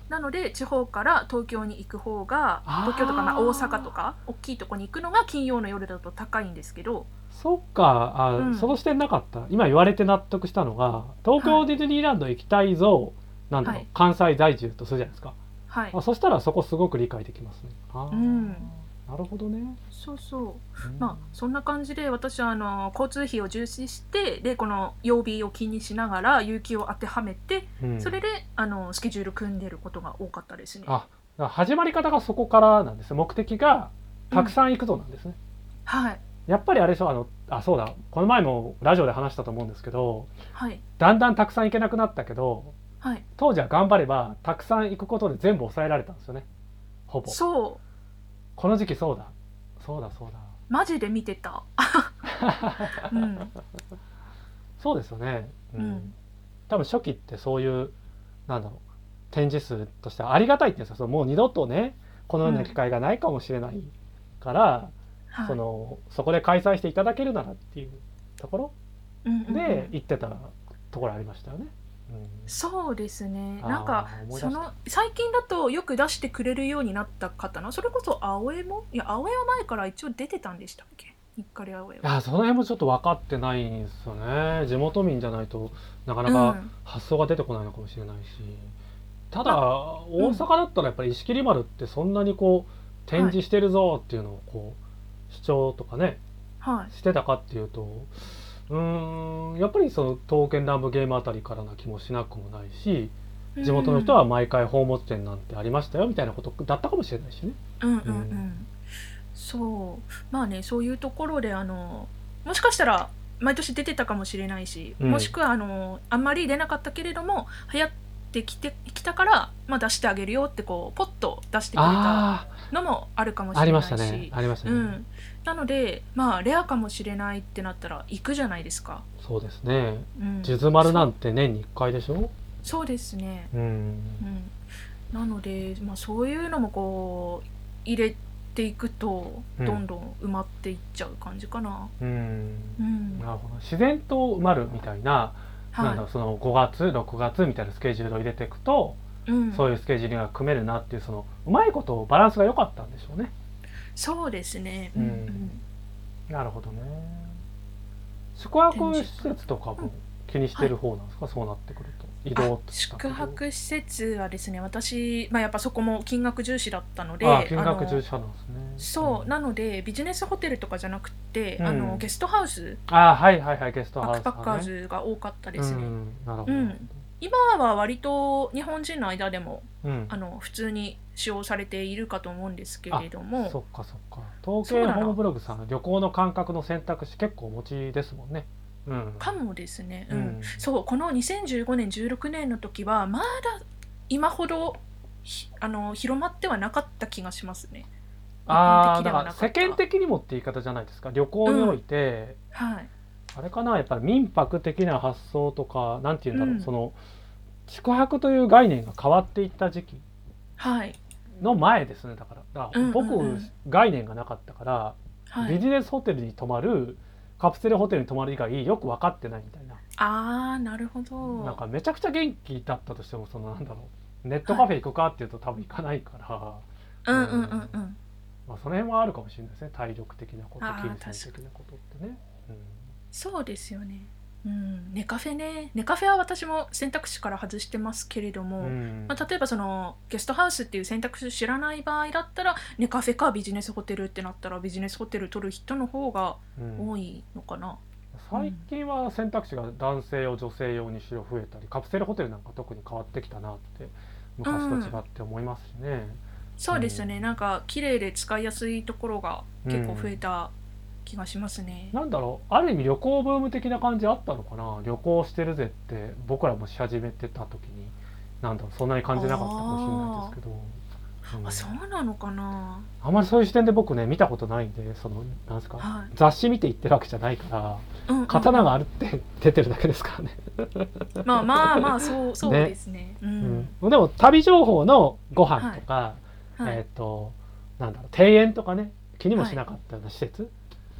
[SPEAKER 1] なので地方から東京に行く方が
[SPEAKER 2] あー
[SPEAKER 1] 東京とかまあ大阪とか大きいとこに行くのが金曜の夜だと高いんですけど
[SPEAKER 2] そっかあ、
[SPEAKER 1] うん
[SPEAKER 2] その視点なかった今言われて納得したのが東
[SPEAKER 1] は
[SPEAKER 2] 京
[SPEAKER 1] い
[SPEAKER 2] ディズニーランド行きたいぞ、なんだろう、
[SPEAKER 1] はい
[SPEAKER 2] 関西在住とするじゃないですか
[SPEAKER 1] はい
[SPEAKER 2] あそしたらそこすごく理解できますねあー、
[SPEAKER 1] うん
[SPEAKER 2] なるほどね、
[SPEAKER 1] そうそう
[SPEAKER 2] うん
[SPEAKER 1] まあそんな感じで私はあの交通費を重視してでこの曜日を気にしながら有給を当てはめて
[SPEAKER 2] うん
[SPEAKER 1] それであのスケジュール組んでることが多かったですね
[SPEAKER 2] あだから始まり方がそこからなんですね目的がたくさん行くぞなんですね、
[SPEAKER 1] はい
[SPEAKER 2] やっぱりあれでしょあのあそうだこの前もラジオで話したと思うんですけど
[SPEAKER 1] はい
[SPEAKER 2] だんだんたくさん行けなくなったけど
[SPEAKER 1] はい
[SPEAKER 2] 当時は頑張ればたくさん行くことで全部抑えられたんですよねほぼ
[SPEAKER 1] そう
[SPEAKER 2] この時期そうだそうだそうだ
[SPEAKER 1] マジで見て
[SPEAKER 2] <laughs>
[SPEAKER 1] たうん
[SPEAKER 2] そうですよね、
[SPEAKER 1] うん
[SPEAKER 2] 多分初期ってそういうなんだろう展示数としてありがたいって言うんですよそのもう二度とねこのような機会がないかもしれないから、
[SPEAKER 1] はい
[SPEAKER 2] そのそこで開催していただけるならっていうところ
[SPEAKER 1] うんうんうん
[SPEAKER 2] で行ってたところありましたよね。うん
[SPEAKER 1] そうですね
[SPEAKER 2] あー
[SPEAKER 1] なんか
[SPEAKER 2] 思い出
[SPEAKER 1] そ
[SPEAKER 2] した
[SPEAKER 1] の最近だとよく出してくれるようになった方なそれこそ青江もいや青江は前から一応出てたんでしたっけ日暮里青江
[SPEAKER 2] い
[SPEAKER 1] は。
[SPEAKER 2] やその辺もちょっと分かってないんですよね地元民じゃないとなかな
[SPEAKER 1] う
[SPEAKER 2] か
[SPEAKER 1] ん
[SPEAKER 2] 発想が出てこないのかもしれないしただ、大阪だったらやっぱり石切丸ってそんなにこう展示してるぞっていうのをこう主張とかね
[SPEAKER 1] はい
[SPEAKER 2] してたかっていうとうーんやっぱりその刀剣乱舞ゲームあたりからな気もしなくもないし地元の人は毎回宝物展なんてありましたよみたいなことだったかもしれないしね。
[SPEAKER 1] うんうんうん、
[SPEAKER 2] う
[SPEAKER 1] そうまあねそういうところであのもしかしたら毎年出てたかもしれないし、
[SPEAKER 2] うん
[SPEAKER 1] もしくはあのあんまり出なかったけれども流行ってきてきたから、まあ、出してあげるよってこうポッと出してくれた
[SPEAKER 2] あ
[SPEAKER 1] のもあるかもし
[SPEAKER 2] ああり
[SPEAKER 1] れな
[SPEAKER 2] ま
[SPEAKER 1] い
[SPEAKER 2] したね
[SPEAKER 1] し。
[SPEAKER 2] ありました
[SPEAKER 1] う
[SPEAKER 2] ね、
[SPEAKER 1] ん、なのでまあレアかもしれないってなったら行くじゃないですか。
[SPEAKER 2] そうですね
[SPEAKER 1] うん、
[SPEAKER 2] 地図丸なんて年に1回でしょ
[SPEAKER 1] そうですね。
[SPEAKER 2] うん
[SPEAKER 1] うん、なので、まあ、そういうのもこう入れていくと
[SPEAKER 2] うん
[SPEAKER 1] どんどん埋まっていっちゃう感じかな。
[SPEAKER 2] うん
[SPEAKER 1] うん
[SPEAKER 2] なるほど自然と埋まるみたいな,、なんだろ
[SPEAKER 1] は
[SPEAKER 2] うその5月6月みたいなスケジュールを入れていくと、
[SPEAKER 1] いうん、
[SPEAKER 2] そういうスケジュールが組めるなっていうそのうまいことバランスが良かったんでしょうね。
[SPEAKER 1] そうですね。
[SPEAKER 2] うん
[SPEAKER 1] うん
[SPEAKER 2] なるほどね宿泊施設とか
[SPEAKER 1] う
[SPEAKER 2] も
[SPEAKER 1] ん
[SPEAKER 2] 気にしてる方なんですか、そうなってくると移動
[SPEAKER 1] あ
[SPEAKER 2] とか
[SPEAKER 1] 宿泊施設はですね私、まあ、やっぱそこも金額重視だったので
[SPEAKER 2] あ金額
[SPEAKER 1] あ
[SPEAKER 2] 重
[SPEAKER 1] の
[SPEAKER 2] 視派なんですね
[SPEAKER 1] そう、
[SPEAKER 2] ん
[SPEAKER 1] なのでビジネスホテルとかじゃなくて、
[SPEAKER 2] うん
[SPEAKER 1] あのゲストハウス
[SPEAKER 2] あはいはいはいゲスト
[SPEAKER 1] バ
[SPEAKER 2] ハウ
[SPEAKER 1] ッ
[SPEAKER 2] ス
[SPEAKER 1] ク
[SPEAKER 2] と
[SPEAKER 1] パ
[SPEAKER 2] か
[SPEAKER 1] ッ
[SPEAKER 2] ね
[SPEAKER 1] カーズが多かったですね、
[SPEAKER 2] うんなるほど、
[SPEAKER 1] うん今は割と日本人の間でも
[SPEAKER 2] うん
[SPEAKER 1] あの普通に使用されているかと思うんですけれども
[SPEAKER 2] そっかそっか統
[SPEAKER 1] そう
[SPEAKER 2] 計
[SPEAKER 1] なの
[SPEAKER 2] ホームブログさん旅行の感覚の選択肢結構お持ちですもんねうん
[SPEAKER 1] かもですね、う
[SPEAKER 2] うんん
[SPEAKER 1] そうこの2015年16年の時はまだ今ほどひあの広まってはなかった気がしますね。
[SPEAKER 2] あ
[SPEAKER 1] 一
[SPEAKER 2] あ
[SPEAKER 1] 般的で
[SPEAKER 2] だ
[SPEAKER 1] は
[SPEAKER 2] か
[SPEAKER 1] な
[SPEAKER 2] ら
[SPEAKER 1] か
[SPEAKER 2] 世
[SPEAKER 1] った
[SPEAKER 2] 間的にもって言い方じゃないですか旅行において、
[SPEAKER 1] はい、
[SPEAKER 2] あれかなやっぱり民泊的な発想とかなんて言うんだろう、
[SPEAKER 1] うん
[SPEAKER 2] その宿泊という概念が変わっていった時期
[SPEAKER 1] はい
[SPEAKER 2] の前ですねだからだから僕、
[SPEAKER 1] うんうんうん
[SPEAKER 2] 概念がなかったから、
[SPEAKER 1] は
[SPEAKER 2] ビ
[SPEAKER 1] い、
[SPEAKER 2] ジネスホテルに泊まるカプセルホテルに泊まる以外よく分かってないみたいな
[SPEAKER 1] ああなるほど
[SPEAKER 2] なんかめちゃくちゃ元気だったとしてもそのなんだろうネットカフェ行くかっていうと多分行かないから、
[SPEAKER 1] うんうんうんうん
[SPEAKER 2] まあ、その辺はあるかもしれないですね体力的なこと
[SPEAKER 1] あー
[SPEAKER 2] 金銭的なことってね。
[SPEAKER 1] そうですよね。うん、ネカフェねネカフェは私も選択肢から外してますけれども、
[SPEAKER 2] うんうん
[SPEAKER 1] まあ、例えばそのゲストハウスっていう選択肢を知らない場合だったらネカフェかビジネスホテルってなったらビジネスホテル取る人の方が
[SPEAKER 2] うん
[SPEAKER 1] 多いのかな。
[SPEAKER 2] 最近は選択肢が男性用女性用にしろ増えたりカプセルホテルなんか特に変わってきたなって昔と違って思いますしね。
[SPEAKER 1] そうですね、
[SPEAKER 2] うん
[SPEAKER 1] なんか綺麗で使いやすいところが結構増えた気がしますね。
[SPEAKER 2] なんだろうある意味旅行ブーム的な感じあったのかな旅行してるぜって僕らもし始めてた時になんだろうそんなに感じなかったかもしれないですけど、うん
[SPEAKER 1] あそうなのかな。
[SPEAKER 2] あんまりそういう視点で僕ね見たことないんでそのなんですか
[SPEAKER 1] はい。
[SPEAKER 2] 雑誌見て行ってるわけじゃないから
[SPEAKER 1] うんうん
[SPEAKER 2] 刀があるって <laughs> 出てるだけですからね、
[SPEAKER 1] まあまあまあそうそうですね。う。
[SPEAKER 2] うんんでも旅情報のご飯とか、
[SPEAKER 1] はい、
[SPEAKER 2] えっ、となんだろう庭園とかね気にもしなかったような施設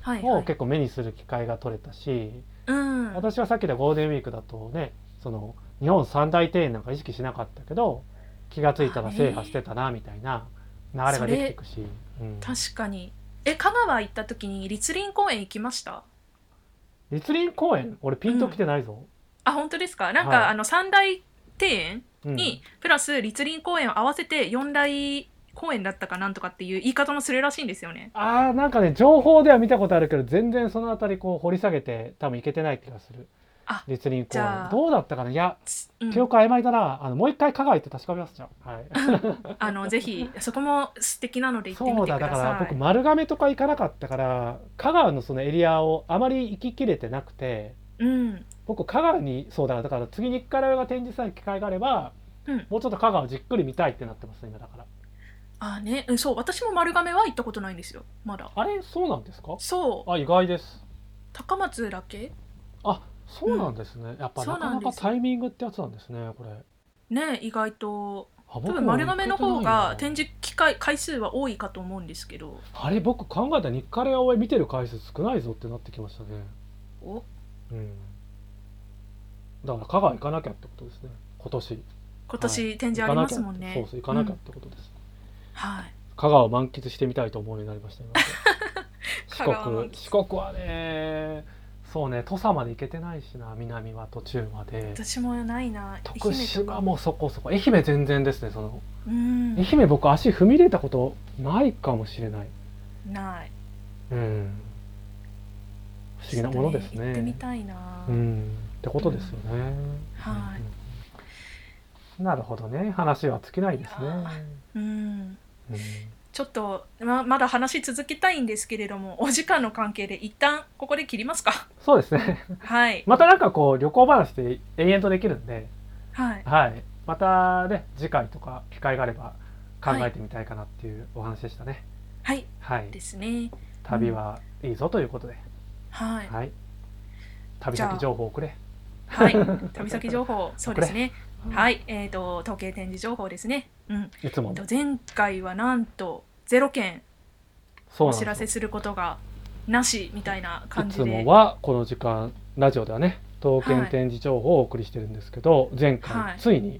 [SPEAKER 1] はい、は
[SPEAKER 2] を
[SPEAKER 1] い。
[SPEAKER 2] 結構目にする機会が取れたし、
[SPEAKER 1] うん。
[SPEAKER 2] 私はさっきのゴールデンウィークだとねその日本三大庭園なんか意識しなかったけど気がついたら制覇してたなみたいな流れができていくし、うん、
[SPEAKER 1] 確かに。え香川行った時に立林公園行きました。
[SPEAKER 2] 立林公園俺ピンときてないぞ、
[SPEAKER 1] あ本当ですか。なんか、
[SPEAKER 2] はい
[SPEAKER 1] あの三大庭園
[SPEAKER 2] うん
[SPEAKER 1] に、プラス立林公園を合わせて四大公園だったかなんとかっていう言い方もするらしいんですよね。
[SPEAKER 2] あーなんかね情報では見たことあるけど全然そのあたりこう掘り下げて多分いけてない気がする
[SPEAKER 1] あ
[SPEAKER 2] 立林公
[SPEAKER 1] じゃ
[SPEAKER 2] 園
[SPEAKER 1] あ
[SPEAKER 2] どうだったかないや
[SPEAKER 1] つうん
[SPEAKER 2] 記憶曖昧だな、あのもう一回香川行って確かめますじゃん、はい、
[SPEAKER 1] あのぜひそこも素敵なので行ってみ
[SPEAKER 2] そう
[SPEAKER 1] て
[SPEAKER 2] だ
[SPEAKER 1] く
[SPEAKER 2] だ
[SPEAKER 1] だ
[SPEAKER 2] から
[SPEAKER 1] さ
[SPEAKER 2] 僕
[SPEAKER 1] い。
[SPEAKER 2] 丸亀とか行かなかったから香川のそのエリアをあまり行ききれてなくて
[SPEAKER 1] うん、
[SPEAKER 2] 僕香川にそうだだから次に行くからが展示される機会があれば、
[SPEAKER 1] うん
[SPEAKER 2] もうちょっと香川をじっくり見たいってなってます今だから
[SPEAKER 1] あね、うんそう私も丸亀は行ったことないんですよ。まだ。
[SPEAKER 2] あれそうなんですか
[SPEAKER 1] そう
[SPEAKER 2] あ意外です
[SPEAKER 1] 高松だけ
[SPEAKER 2] あそうなんですね、やっぱ
[SPEAKER 1] そ
[SPEAKER 2] な
[SPEAKER 1] うな
[SPEAKER 2] か
[SPEAKER 1] ん
[SPEAKER 2] な
[SPEAKER 1] ですよ
[SPEAKER 2] かタイミングってやつなんですねこれ
[SPEAKER 1] ね意外と多
[SPEAKER 2] 多
[SPEAKER 1] 分丸亀の方が展示機会回数は多いかと思うんですけど。
[SPEAKER 2] あれ僕考えたら日課レアを見てる回数少ないぞってなってきましたね
[SPEAKER 1] お
[SPEAKER 2] うんだから香川行かなきゃってことですね今年
[SPEAKER 1] 今年展示ありますもんね。
[SPEAKER 2] そうそう行かなきゃ
[SPEAKER 1] う
[SPEAKER 2] っ
[SPEAKER 1] ん
[SPEAKER 2] てことです、
[SPEAKER 1] はい。
[SPEAKER 2] 香川を満喫してみたいと思うようになりました
[SPEAKER 1] <laughs>
[SPEAKER 2] 今
[SPEAKER 1] 香川満喫
[SPEAKER 2] 四国四国はねそうね土佐まで行けてないしな南は途中まで
[SPEAKER 1] 私もないな。
[SPEAKER 2] 徳島
[SPEAKER 1] 愛媛とか。
[SPEAKER 2] もそこそこ愛媛全然ですねその
[SPEAKER 1] うん。
[SPEAKER 2] 愛媛僕足踏み入れたことないかもしれない
[SPEAKER 1] ない。
[SPEAKER 2] うん不思議なものです
[SPEAKER 1] ちょっと行ってみ
[SPEAKER 2] ね。
[SPEAKER 1] たいな、
[SPEAKER 2] うん、ってことですよね。
[SPEAKER 1] は
[SPEAKER 2] うんなるほどね。話は尽きないですね。
[SPEAKER 1] うん、
[SPEAKER 2] うん
[SPEAKER 1] ちょっとままだ話し続けたいんですけれどもお時間の関係で一旦ここで切りますか
[SPEAKER 2] そうですね。 <laughs>
[SPEAKER 1] はい
[SPEAKER 2] またなんかこう旅行話って延々とできるんで、
[SPEAKER 1] はい
[SPEAKER 2] はい。またね次回とか機会があれば考えてみたいかなっていうお話でしたね。
[SPEAKER 1] はい
[SPEAKER 2] はい。
[SPEAKER 1] ですね
[SPEAKER 2] 旅はいいぞということで、
[SPEAKER 1] はい
[SPEAKER 2] はい。旅
[SPEAKER 1] じゃあ
[SPEAKER 2] 先情報をくれ。
[SPEAKER 1] はい旅先情報そうですね
[SPEAKER 2] い。
[SPEAKER 1] はいえー、と統計展示情報ですねうん
[SPEAKER 2] いつも
[SPEAKER 1] と
[SPEAKER 2] の
[SPEAKER 1] 前回はなんとゼロ件
[SPEAKER 2] そう
[SPEAKER 1] お
[SPEAKER 2] なん
[SPEAKER 1] 知
[SPEAKER 2] で
[SPEAKER 1] ら
[SPEAKER 2] すよ
[SPEAKER 1] せ。することがなしみたいない感じ
[SPEAKER 2] つも
[SPEAKER 1] で
[SPEAKER 2] はこの時間ラジオではね刀剣展示情報をお送りしてるんですけど、前
[SPEAKER 1] は
[SPEAKER 2] 回
[SPEAKER 1] い
[SPEAKER 2] ついに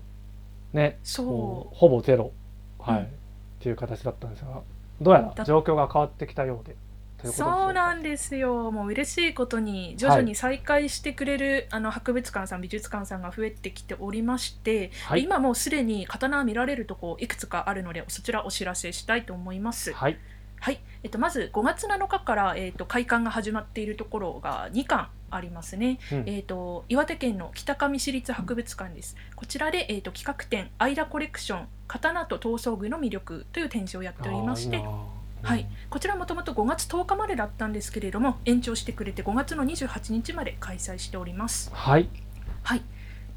[SPEAKER 2] ね、も
[SPEAKER 1] そう
[SPEAKER 2] ほぼゼロ、は
[SPEAKER 1] う
[SPEAKER 2] い
[SPEAKER 1] ん
[SPEAKER 2] っていう形だったんですがどうやら
[SPEAKER 1] だ
[SPEAKER 2] 状況が変わってきたようでということでしょか
[SPEAKER 1] そうなんですよもう嬉しいことに徐々に再開してくれる、あの博物館さん美術館さんが増えてきておりまして、
[SPEAKER 2] はい、
[SPEAKER 1] 今もうすでに刀見られるとこいくつかあるのでそちらお知らせしたいと思います。
[SPEAKER 2] はい、
[SPEAKER 1] はい、えっと、まず5月7日から、えっと、開館が始まっているところが2館ありますね、
[SPEAKER 2] うん
[SPEAKER 1] えっと、岩手県の北上市立博物館ですこちらで、えっと、企画展「アイラコレクション刀と闘争具の魅力」という展示をやっておりまして
[SPEAKER 2] あーいいなあ
[SPEAKER 1] はいこちらもともと5月10日までだったんですけれども延長してくれて5月の28日まで開催しております。
[SPEAKER 2] はい
[SPEAKER 1] はい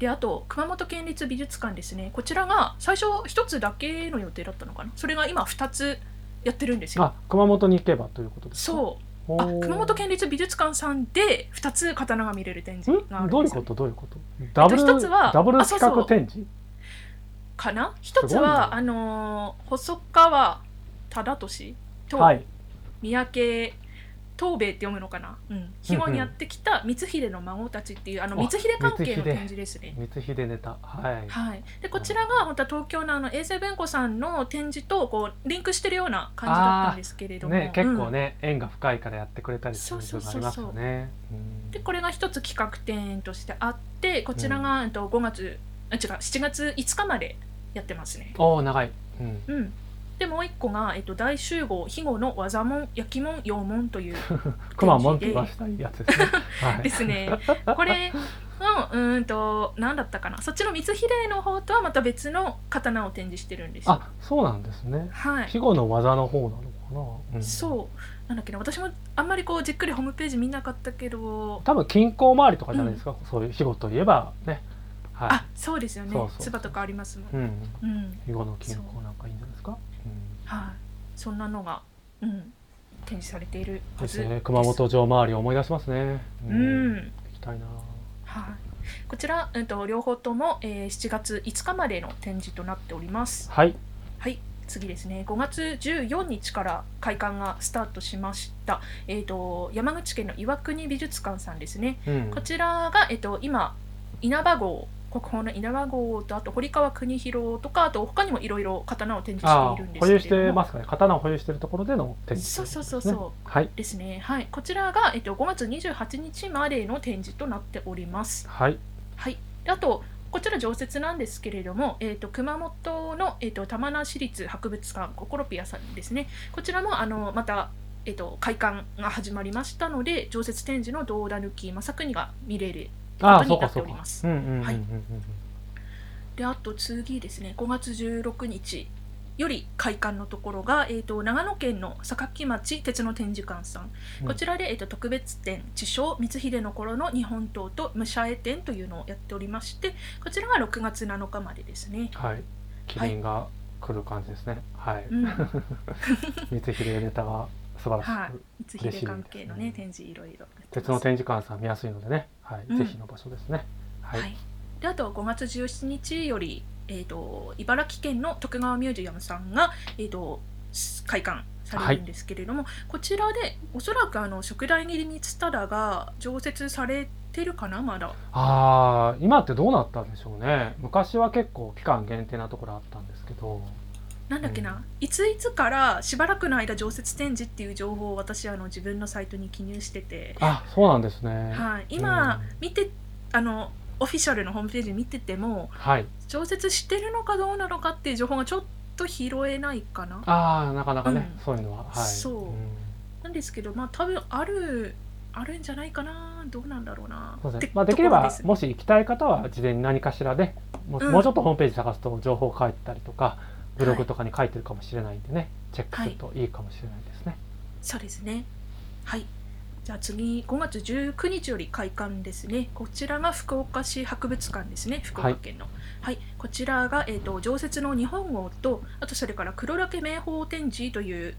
[SPEAKER 1] であと熊本県立美術館ですねこちらが最初1つだけの予定だったのかなそれが今2つやってるんですよ。
[SPEAKER 2] あ熊本に行けばということですか
[SPEAKER 1] そう
[SPEAKER 2] う
[SPEAKER 1] あ熊本県立美術館さんで2つ刀が見れる展示があるんですよ
[SPEAKER 2] どういうことどういうことダブル、
[SPEAKER 1] 一つは
[SPEAKER 2] ダブル
[SPEAKER 1] あそう
[SPEAKER 2] 企
[SPEAKER 1] そう
[SPEAKER 2] 画展示
[SPEAKER 1] かな一つ
[SPEAKER 2] すごいね
[SPEAKER 1] は、あのー細川忠俊と
[SPEAKER 2] はい
[SPEAKER 1] 三宅東兵衛って読むのかな、うん、紐にやってきた光秀の孫たちっていうあの
[SPEAKER 2] あ
[SPEAKER 1] 光秀関係
[SPEAKER 2] 光秀
[SPEAKER 1] の展示ですね。
[SPEAKER 2] 光秀ネタはい
[SPEAKER 1] はい、でこちらが本当は東京のあの衛星文庫さんの展示とこうリンクしてるような感じだったんですけれども、
[SPEAKER 2] ね、結構
[SPEAKER 1] うん
[SPEAKER 2] ね、縁が深いからやってくれたりする部分がありますよね。
[SPEAKER 1] でこれが一つ企画展としてあってこちらが、えっと5月あ違う7月5日までやってますね。
[SPEAKER 2] おおー長い。うん、
[SPEAKER 1] うん、でもう一個が、えっと、大集合肥後の技門焼き門洋門
[SPEAKER 2] <laughs>
[SPEAKER 1] という
[SPEAKER 2] くまモンって言わしたいやつですね。 <laughs> はい、
[SPEAKER 1] ですねこれのうーんと何だったかなそっちの光秀の方とはまた別の刀を展示してるんですよ。
[SPEAKER 2] あそうなんですね。
[SPEAKER 1] はい
[SPEAKER 2] 季語の技の方なのかな。うん、
[SPEAKER 1] そうなんだっけな私もあんまりこうじっくりホームページ見なかったけど、
[SPEAKER 2] 多分近郊周りとかじゃないですか。そういう季語といえばね。はい。
[SPEAKER 1] あそうですよね
[SPEAKER 2] そうそうそう
[SPEAKER 1] 唾とかありますもん、
[SPEAKER 2] うん。
[SPEAKER 1] うん
[SPEAKER 2] 季語の近郊なんかいいんじゃないですか。うん
[SPEAKER 1] はい、そんなのが、うん、展示されているは
[SPEAKER 2] で
[SPEAKER 1] ず
[SPEAKER 2] すね。熊本城周りを思い出しますね。
[SPEAKER 1] うん
[SPEAKER 2] 行きたいな。
[SPEAKER 1] はい、こちら、うん、と両方とも、えー7月5日までの展示となっております。
[SPEAKER 2] はい。
[SPEAKER 1] はい次ですね5月14日から開館がスタートしました、えー、と山口県の岩国美術館さんですね、
[SPEAKER 2] うん
[SPEAKER 1] こちらが、えー、と今稲葉号国宝の稲葉号とあと堀川国広とかあと他にもいろいろ刀を展示して
[SPEAKER 2] あ
[SPEAKER 1] いるん
[SPEAKER 2] ー
[SPEAKER 1] です
[SPEAKER 2] 保
[SPEAKER 1] けれども
[SPEAKER 2] 有してますかね。刀を保有しているところでの展示。
[SPEAKER 1] そうそうそうそう
[SPEAKER 2] はい。
[SPEAKER 1] ですねはいこちらが、えー、と5月28日までの展示となっております
[SPEAKER 2] はい。
[SPEAKER 1] はい、であとこちら常設なんですけれども、えー、と熊本の、えー、と玉名市立博物館ココロピアさんですねこちらもあのまた、えー、と開館が始まりましたので常設展示の動画抜き正国が見れる
[SPEAKER 2] ああ、
[SPEAKER 1] こと
[SPEAKER 2] そう
[SPEAKER 1] にな
[SPEAKER 2] か
[SPEAKER 1] って
[SPEAKER 2] そ
[SPEAKER 1] お
[SPEAKER 2] う
[SPEAKER 1] り
[SPEAKER 2] か
[SPEAKER 1] ま。す
[SPEAKER 2] うんうんうんうんうん
[SPEAKER 1] はいであと次ですね5月16日より開館のところが、えー、と長野県の榊町鉄の展示館さん、
[SPEAKER 2] うん
[SPEAKER 1] こちらで、えー、と特別展「地匠光秀の頃の日本刀と武者絵展」というのをやっておりましてこちらが6月7日までですね。
[SPEAKER 2] はい。キリンが来る感じですね。はい。 <laughs>
[SPEAKER 1] うん
[SPEAKER 2] 光秀ネタが素晴らしく、
[SPEAKER 1] はい、光秀関係のね
[SPEAKER 2] 嬉
[SPEAKER 1] 展示いろいろやってます
[SPEAKER 2] 鉄の展示館さん見やすいのでね、はい、
[SPEAKER 1] うん
[SPEAKER 2] ぜひの場所ですね。はい。
[SPEAKER 1] はい、であと5月17日より、えー、と茨城県の徳川ミュージアムさんが、えー、とす開館されるんですけれども、こちらでおそらくあの食台切り光忠が常設されてるかなまだ
[SPEAKER 2] ああ、今ってどうなったんでしょうね。昔は結構期間限定なところあったんですけど。
[SPEAKER 1] なんだっけな、
[SPEAKER 2] うん
[SPEAKER 1] いついつからしばらくの間常設展示っていう情報を私あの自分のサイトに記入してて、
[SPEAKER 2] あ、そうなんですね。
[SPEAKER 1] はい、今
[SPEAKER 2] うん
[SPEAKER 1] 見てあのオフィシャルのホームページ見てても
[SPEAKER 2] はい。
[SPEAKER 1] 調節してるのかどうなのかっていう情報がちょっと拾えないかな
[SPEAKER 2] ああ、なかなかね、
[SPEAKER 1] うん
[SPEAKER 2] そういうのは、はい。
[SPEAKER 1] そうんなんですけどまあ多分あるあるんじゃないかなどうなんだろうな
[SPEAKER 2] そうで
[SPEAKER 1] っ
[SPEAKER 2] すね
[SPEAKER 1] て
[SPEAKER 2] まあ、できれ
[SPEAKER 1] ところ
[SPEAKER 2] ば
[SPEAKER 1] すね
[SPEAKER 2] もし行きたい方は事前に何かしらでも,、
[SPEAKER 1] うん
[SPEAKER 2] もうちょっとホームページ探すと情報書いてたりとかブログとかに書いてるかもしれないんでね、チェックするといいかもしれないですね。
[SPEAKER 1] そうですねはいじゃあ次5月19日より開館ですねこちらが福岡市博物館ですね福岡県のはい、こちらが、えー、と常設の日本語とあとそれから黒岳名宝展示という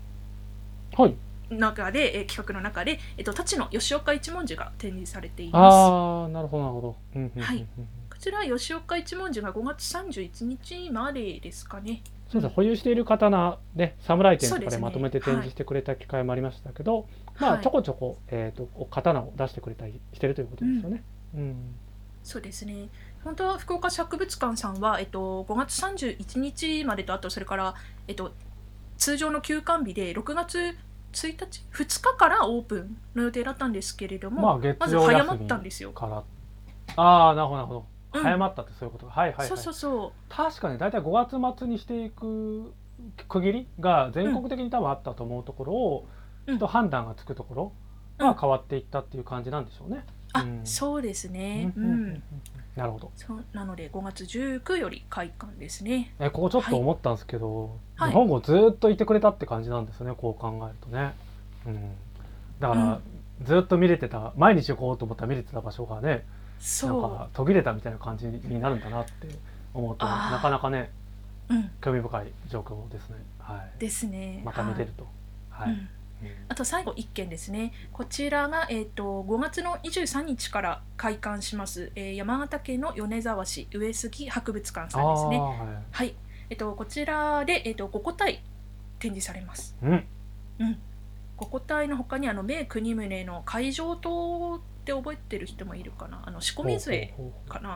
[SPEAKER 2] はい、
[SPEAKER 1] 中で、えー企画の中で、えー、と立野吉岡一文字が展示されています
[SPEAKER 2] ああなるほどなるほど。うんうんうんうん
[SPEAKER 1] はいこちら吉岡一文字が5月31日までですかね
[SPEAKER 2] そうですね保有している刀ね侍展
[SPEAKER 1] そう
[SPEAKER 2] と
[SPEAKER 1] で
[SPEAKER 2] か
[SPEAKER 1] す
[SPEAKER 2] で
[SPEAKER 1] ね
[SPEAKER 2] まとめて展示してくれた機会もありましたけど、まあ
[SPEAKER 1] はい
[SPEAKER 2] ちょこちょこ、えー、とこう刀を出してくれたりしてるということですよね。うん
[SPEAKER 1] そうですね本当は福岡市博物館さんは、えっと、5月31日までとあとそれから、えっと、通常の休館日で6月1日2日からオープンの予定だったんですけれども、
[SPEAKER 2] ま
[SPEAKER 1] ま
[SPEAKER 2] あ月
[SPEAKER 1] ず
[SPEAKER 2] 曜
[SPEAKER 1] 早
[SPEAKER 2] 休
[SPEAKER 1] まっ
[SPEAKER 2] み
[SPEAKER 1] たんですよ。
[SPEAKER 2] からああなるほどなるほど、
[SPEAKER 1] うん
[SPEAKER 2] 早まったってそういうことかはいはいはい。
[SPEAKER 1] そうそうそ
[SPEAKER 2] 確かね大体5月末にしていく区切りが全国的に多分あったと思うところを、
[SPEAKER 1] うん
[SPEAKER 2] と判断がつくところ
[SPEAKER 1] う
[SPEAKER 2] が
[SPEAKER 1] ん
[SPEAKER 2] 変わっていったっていう感じなんでしょうね。
[SPEAKER 1] うあ、
[SPEAKER 2] うん
[SPEAKER 1] そうですね、うん
[SPEAKER 2] なるほど
[SPEAKER 1] そうなので5月19より開館ですね
[SPEAKER 2] えここちょっと思ったんですけど、
[SPEAKER 1] はい
[SPEAKER 2] 日本語ずっといてくれたって感じなんですよねこう考えるとね。うん、だから、ずっと見れてた毎日行こうと思ったら見れてた場所がねなん
[SPEAKER 1] そ
[SPEAKER 2] か途切れたみたいな感じになるんだなって思うと
[SPEAKER 1] あー
[SPEAKER 2] なかなかね
[SPEAKER 1] う、うん、
[SPEAKER 2] 興味深い状況ですね。はい
[SPEAKER 1] ですね
[SPEAKER 2] また見れると。
[SPEAKER 1] は
[SPEAKER 2] はいい。
[SPEAKER 1] うんあと最後1件ですね。こちらが、えー、と5月の23日から開館します、えー山形県の米沢市上杉博物館さんですね。
[SPEAKER 2] あ
[SPEAKER 1] はいえー、とこちらで、えー、と5個体展示されます。
[SPEAKER 2] ーはい。うん。
[SPEAKER 1] うん、5個体の他にあの名国宗の海上島って覚えてる人もいるかなあの四股水絵
[SPEAKER 2] ほうほうほう
[SPEAKER 1] かな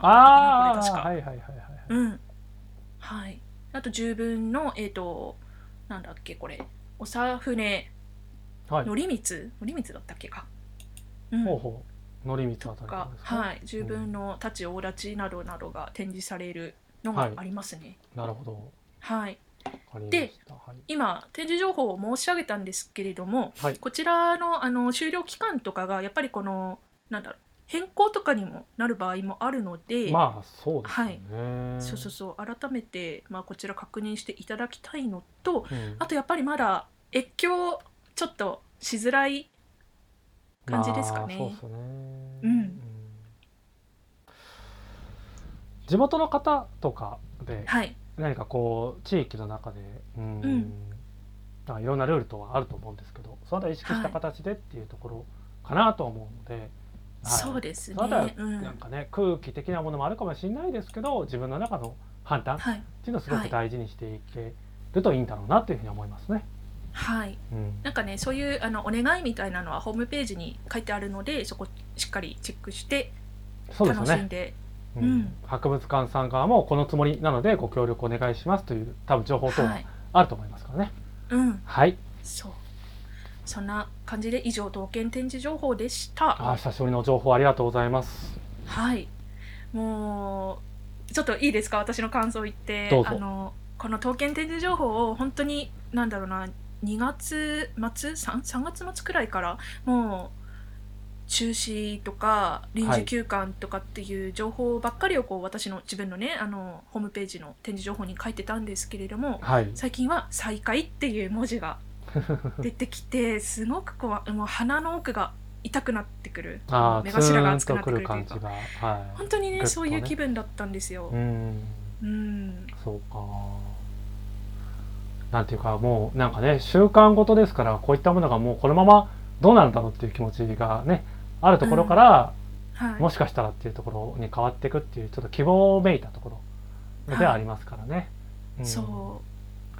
[SPEAKER 2] あ
[SPEAKER 1] だったかなこれ確か
[SPEAKER 2] あ、はいはいはいはいはい。
[SPEAKER 1] うん。はい。あと十分の、えっ、と、なんだっけ、これ。おさふね。
[SPEAKER 2] はい
[SPEAKER 1] のりみつ、のりみつだったっけか。うん。
[SPEAKER 2] ほうほう。のりみつあ
[SPEAKER 1] と
[SPEAKER 2] たりとか
[SPEAKER 1] か
[SPEAKER 2] ですか。
[SPEAKER 1] はい、十分の太刀大立ちなどなどが展示されるの
[SPEAKER 2] は
[SPEAKER 1] が
[SPEAKER 2] い
[SPEAKER 1] ありますね。
[SPEAKER 2] なるほど。
[SPEAKER 1] はい、
[SPEAKER 2] わかりました。はい。
[SPEAKER 1] 今展示情報を申し上げたんですけれども、
[SPEAKER 2] はい
[SPEAKER 1] こちらのあの終了期間とかがやっぱりこのなんだろう変更とかにもなる場合もあるので、
[SPEAKER 2] まあそうですよね。
[SPEAKER 1] そうそうそう改めて、まあ、こちら確認していただきたいのと
[SPEAKER 2] うん
[SPEAKER 1] あとやっぱりまだ越境ちょっとしづらい感じですかね
[SPEAKER 2] まあそうですね。
[SPEAKER 1] うん
[SPEAKER 2] 地元の方とかで
[SPEAKER 1] はい
[SPEAKER 2] 何かこう地域の中で、うん
[SPEAKER 1] うん
[SPEAKER 2] まあいろんなルールとはあると思うんですけどそのあたり意識した形でっていうところかなと思うので、はい
[SPEAKER 1] そうですね
[SPEAKER 2] ただ
[SPEAKER 1] うん
[SPEAKER 2] なんかね空気的なものもあるかもしれないですけど自分の中の判断っ
[SPEAKER 1] はい
[SPEAKER 2] ていうのをすごく大事にしていけるといいんだろうなというふうに思いますね。
[SPEAKER 1] はい
[SPEAKER 2] うん
[SPEAKER 1] なんかねそういうあのお願いみたいなのはホームページに書いてあるのでそこしっかりチェックして
[SPEAKER 2] そうです
[SPEAKER 1] 楽
[SPEAKER 2] よ
[SPEAKER 1] しん
[SPEAKER 2] ね、
[SPEAKER 1] で
[SPEAKER 2] う
[SPEAKER 1] うん
[SPEAKER 2] ん、博物館さん側もこのつもりなのでご協力お願いしますという多分情報等
[SPEAKER 1] は
[SPEAKER 2] が
[SPEAKER 1] い
[SPEAKER 2] あると思いますからね。
[SPEAKER 1] うん
[SPEAKER 2] はい、
[SPEAKER 1] そうそんな感じで以上刀剣展示情報でした
[SPEAKER 2] あー久しぶりの情報ありがとうございます。
[SPEAKER 1] はいもうちょっといいですか私の感想言って
[SPEAKER 2] どうぞ
[SPEAKER 1] あのこの刀剣展示情報を本当になんだろうな2月末 3, 3月末くらいからもう中止とか臨時休館とかっていう情報ばっかりをこう私の自分のねあのホームページの展示情報に書いてたんですけれども
[SPEAKER 2] はい、
[SPEAKER 1] 最近は「再開」っていう文
[SPEAKER 2] <laughs>
[SPEAKER 1] 字が出てきてすごくこうもう鼻の奥が痛くなってくる
[SPEAKER 2] あー
[SPEAKER 1] 目頭が熱
[SPEAKER 2] ツ
[SPEAKER 1] く
[SPEAKER 2] ー
[SPEAKER 1] なって
[SPEAKER 2] ンとく
[SPEAKER 1] くる
[SPEAKER 2] る
[SPEAKER 1] とい
[SPEAKER 2] 感
[SPEAKER 1] う
[SPEAKER 2] じ
[SPEAKER 1] か
[SPEAKER 2] が、はい、
[SPEAKER 1] 本当にね
[SPEAKER 2] グッとね
[SPEAKER 1] そういう気分だったんですよ
[SPEAKER 2] う。ん
[SPEAKER 1] うん、
[SPEAKER 2] そうかなんていうかもうなんかね習慣ごとですからこういったものがもうこのままどうなるんだろうっていう気持ちがねあるところから、
[SPEAKER 1] はい、
[SPEAKER 2] もしかしたらっていうところに変わっていくっていうちょっと希望めいたところではありますからね、うん
[SPEAKER 1] そう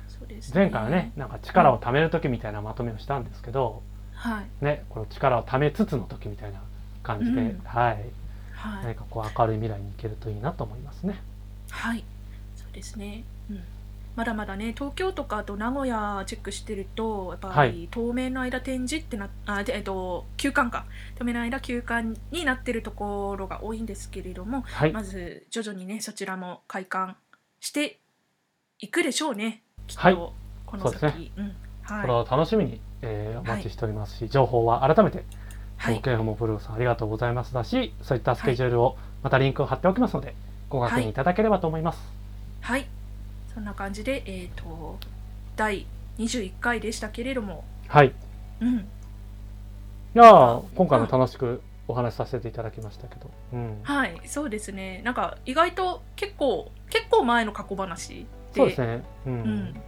[SPEAKER 1] そうです、
[SPEAKER 2] 前回はねなんか力を貯める時みたいなまとめをしたんですけど、
[SPEAKER 1] はい
[SPEAKER 2] ねこの力を貯めつつの時みたいな感じで、
[SPEAKER 1] うん
[SPEAKER 2] はい
[SPEAKER 1] はい、
[SPEAKER 2] 何かこう明るい未来に行けるといいなと思いますね。
[SPEAKER 1] はい、そうですね、うん、まだまだね東京とかあと名古屋チェックしてるとやっぱ
[SPEAKER 2] は
[SPEAKER 1] り
[SPEAKER 2] い
[SPEAKER 1] 当面の間展示ってなあでえっと休館か当面の間休館になってるところが多いんですけれども
[SPEAKER 2] はい、
[SPEAKER 1] まず徐々にねそちらも開館していくでしょうねきっと、
[SPEAKER 2] はい
[SPEAKER 1] この
[SPEAKER 2] そうで
[SPEAKER 1] 先。うん
[SPEAKER 2] これ
[SPEAKER 1] は
[SPEAKER 2] を楽しみに、えーお待ちしておりますし、情報は改めて
[SPEAKER 1] は
[SPEAKER 2] 刀
[SPEAKER 1] い、
[SPEAKER 2] 剣ホモブルーさんありがとうございますだしそういったスケジュールをまたリンクを貼っておきますのでご確認いただければと思います。
[SPEAKER 1] はい、そんな感じで、えっ、と、第21回でしたけれども、
[SPEAKER 2] はい、い
[SPEAKER 1] うん、
[SPEAKER 2] やー今回も楽しくお話しさせていただきましたけど、うん、
[SPEAKER 1] はい、そうですね、なんか意外と結構、結構前の過去話で、
[SPEAKER 2] そうですね、うん
[SPEAKER 1] うん、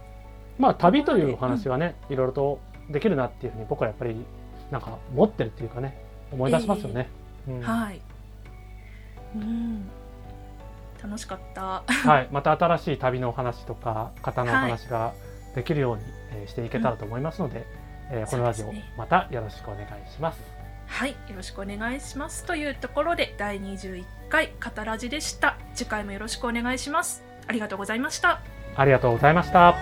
[SPEAKER 2] まあ旅というお話はね、いろいろとできるなっていうふうに僕はやっぱりなんか持ってるっていうかね思い出しますよね。うん
[SPEAKER 1] はい、うん、楽しかった。 <laughs>
[SPEAKER 2] はい、また新しい旅のお話とか方のお話ができるように、えーしていけたらと思いますので、えーこのラジ
[SPEAKER 1] そ
[SPEAKER 2] オ
[SPEAKER 1] うですね
[SPEAKER 2] またよろしくお願いします。
[SPEAKER 1] はい、よろしくお願いします。というところで、第21回、カタラジでした。次回もよろしくお願いします。ありがとうございました。
[SPEAKER 2] ありがとうございました。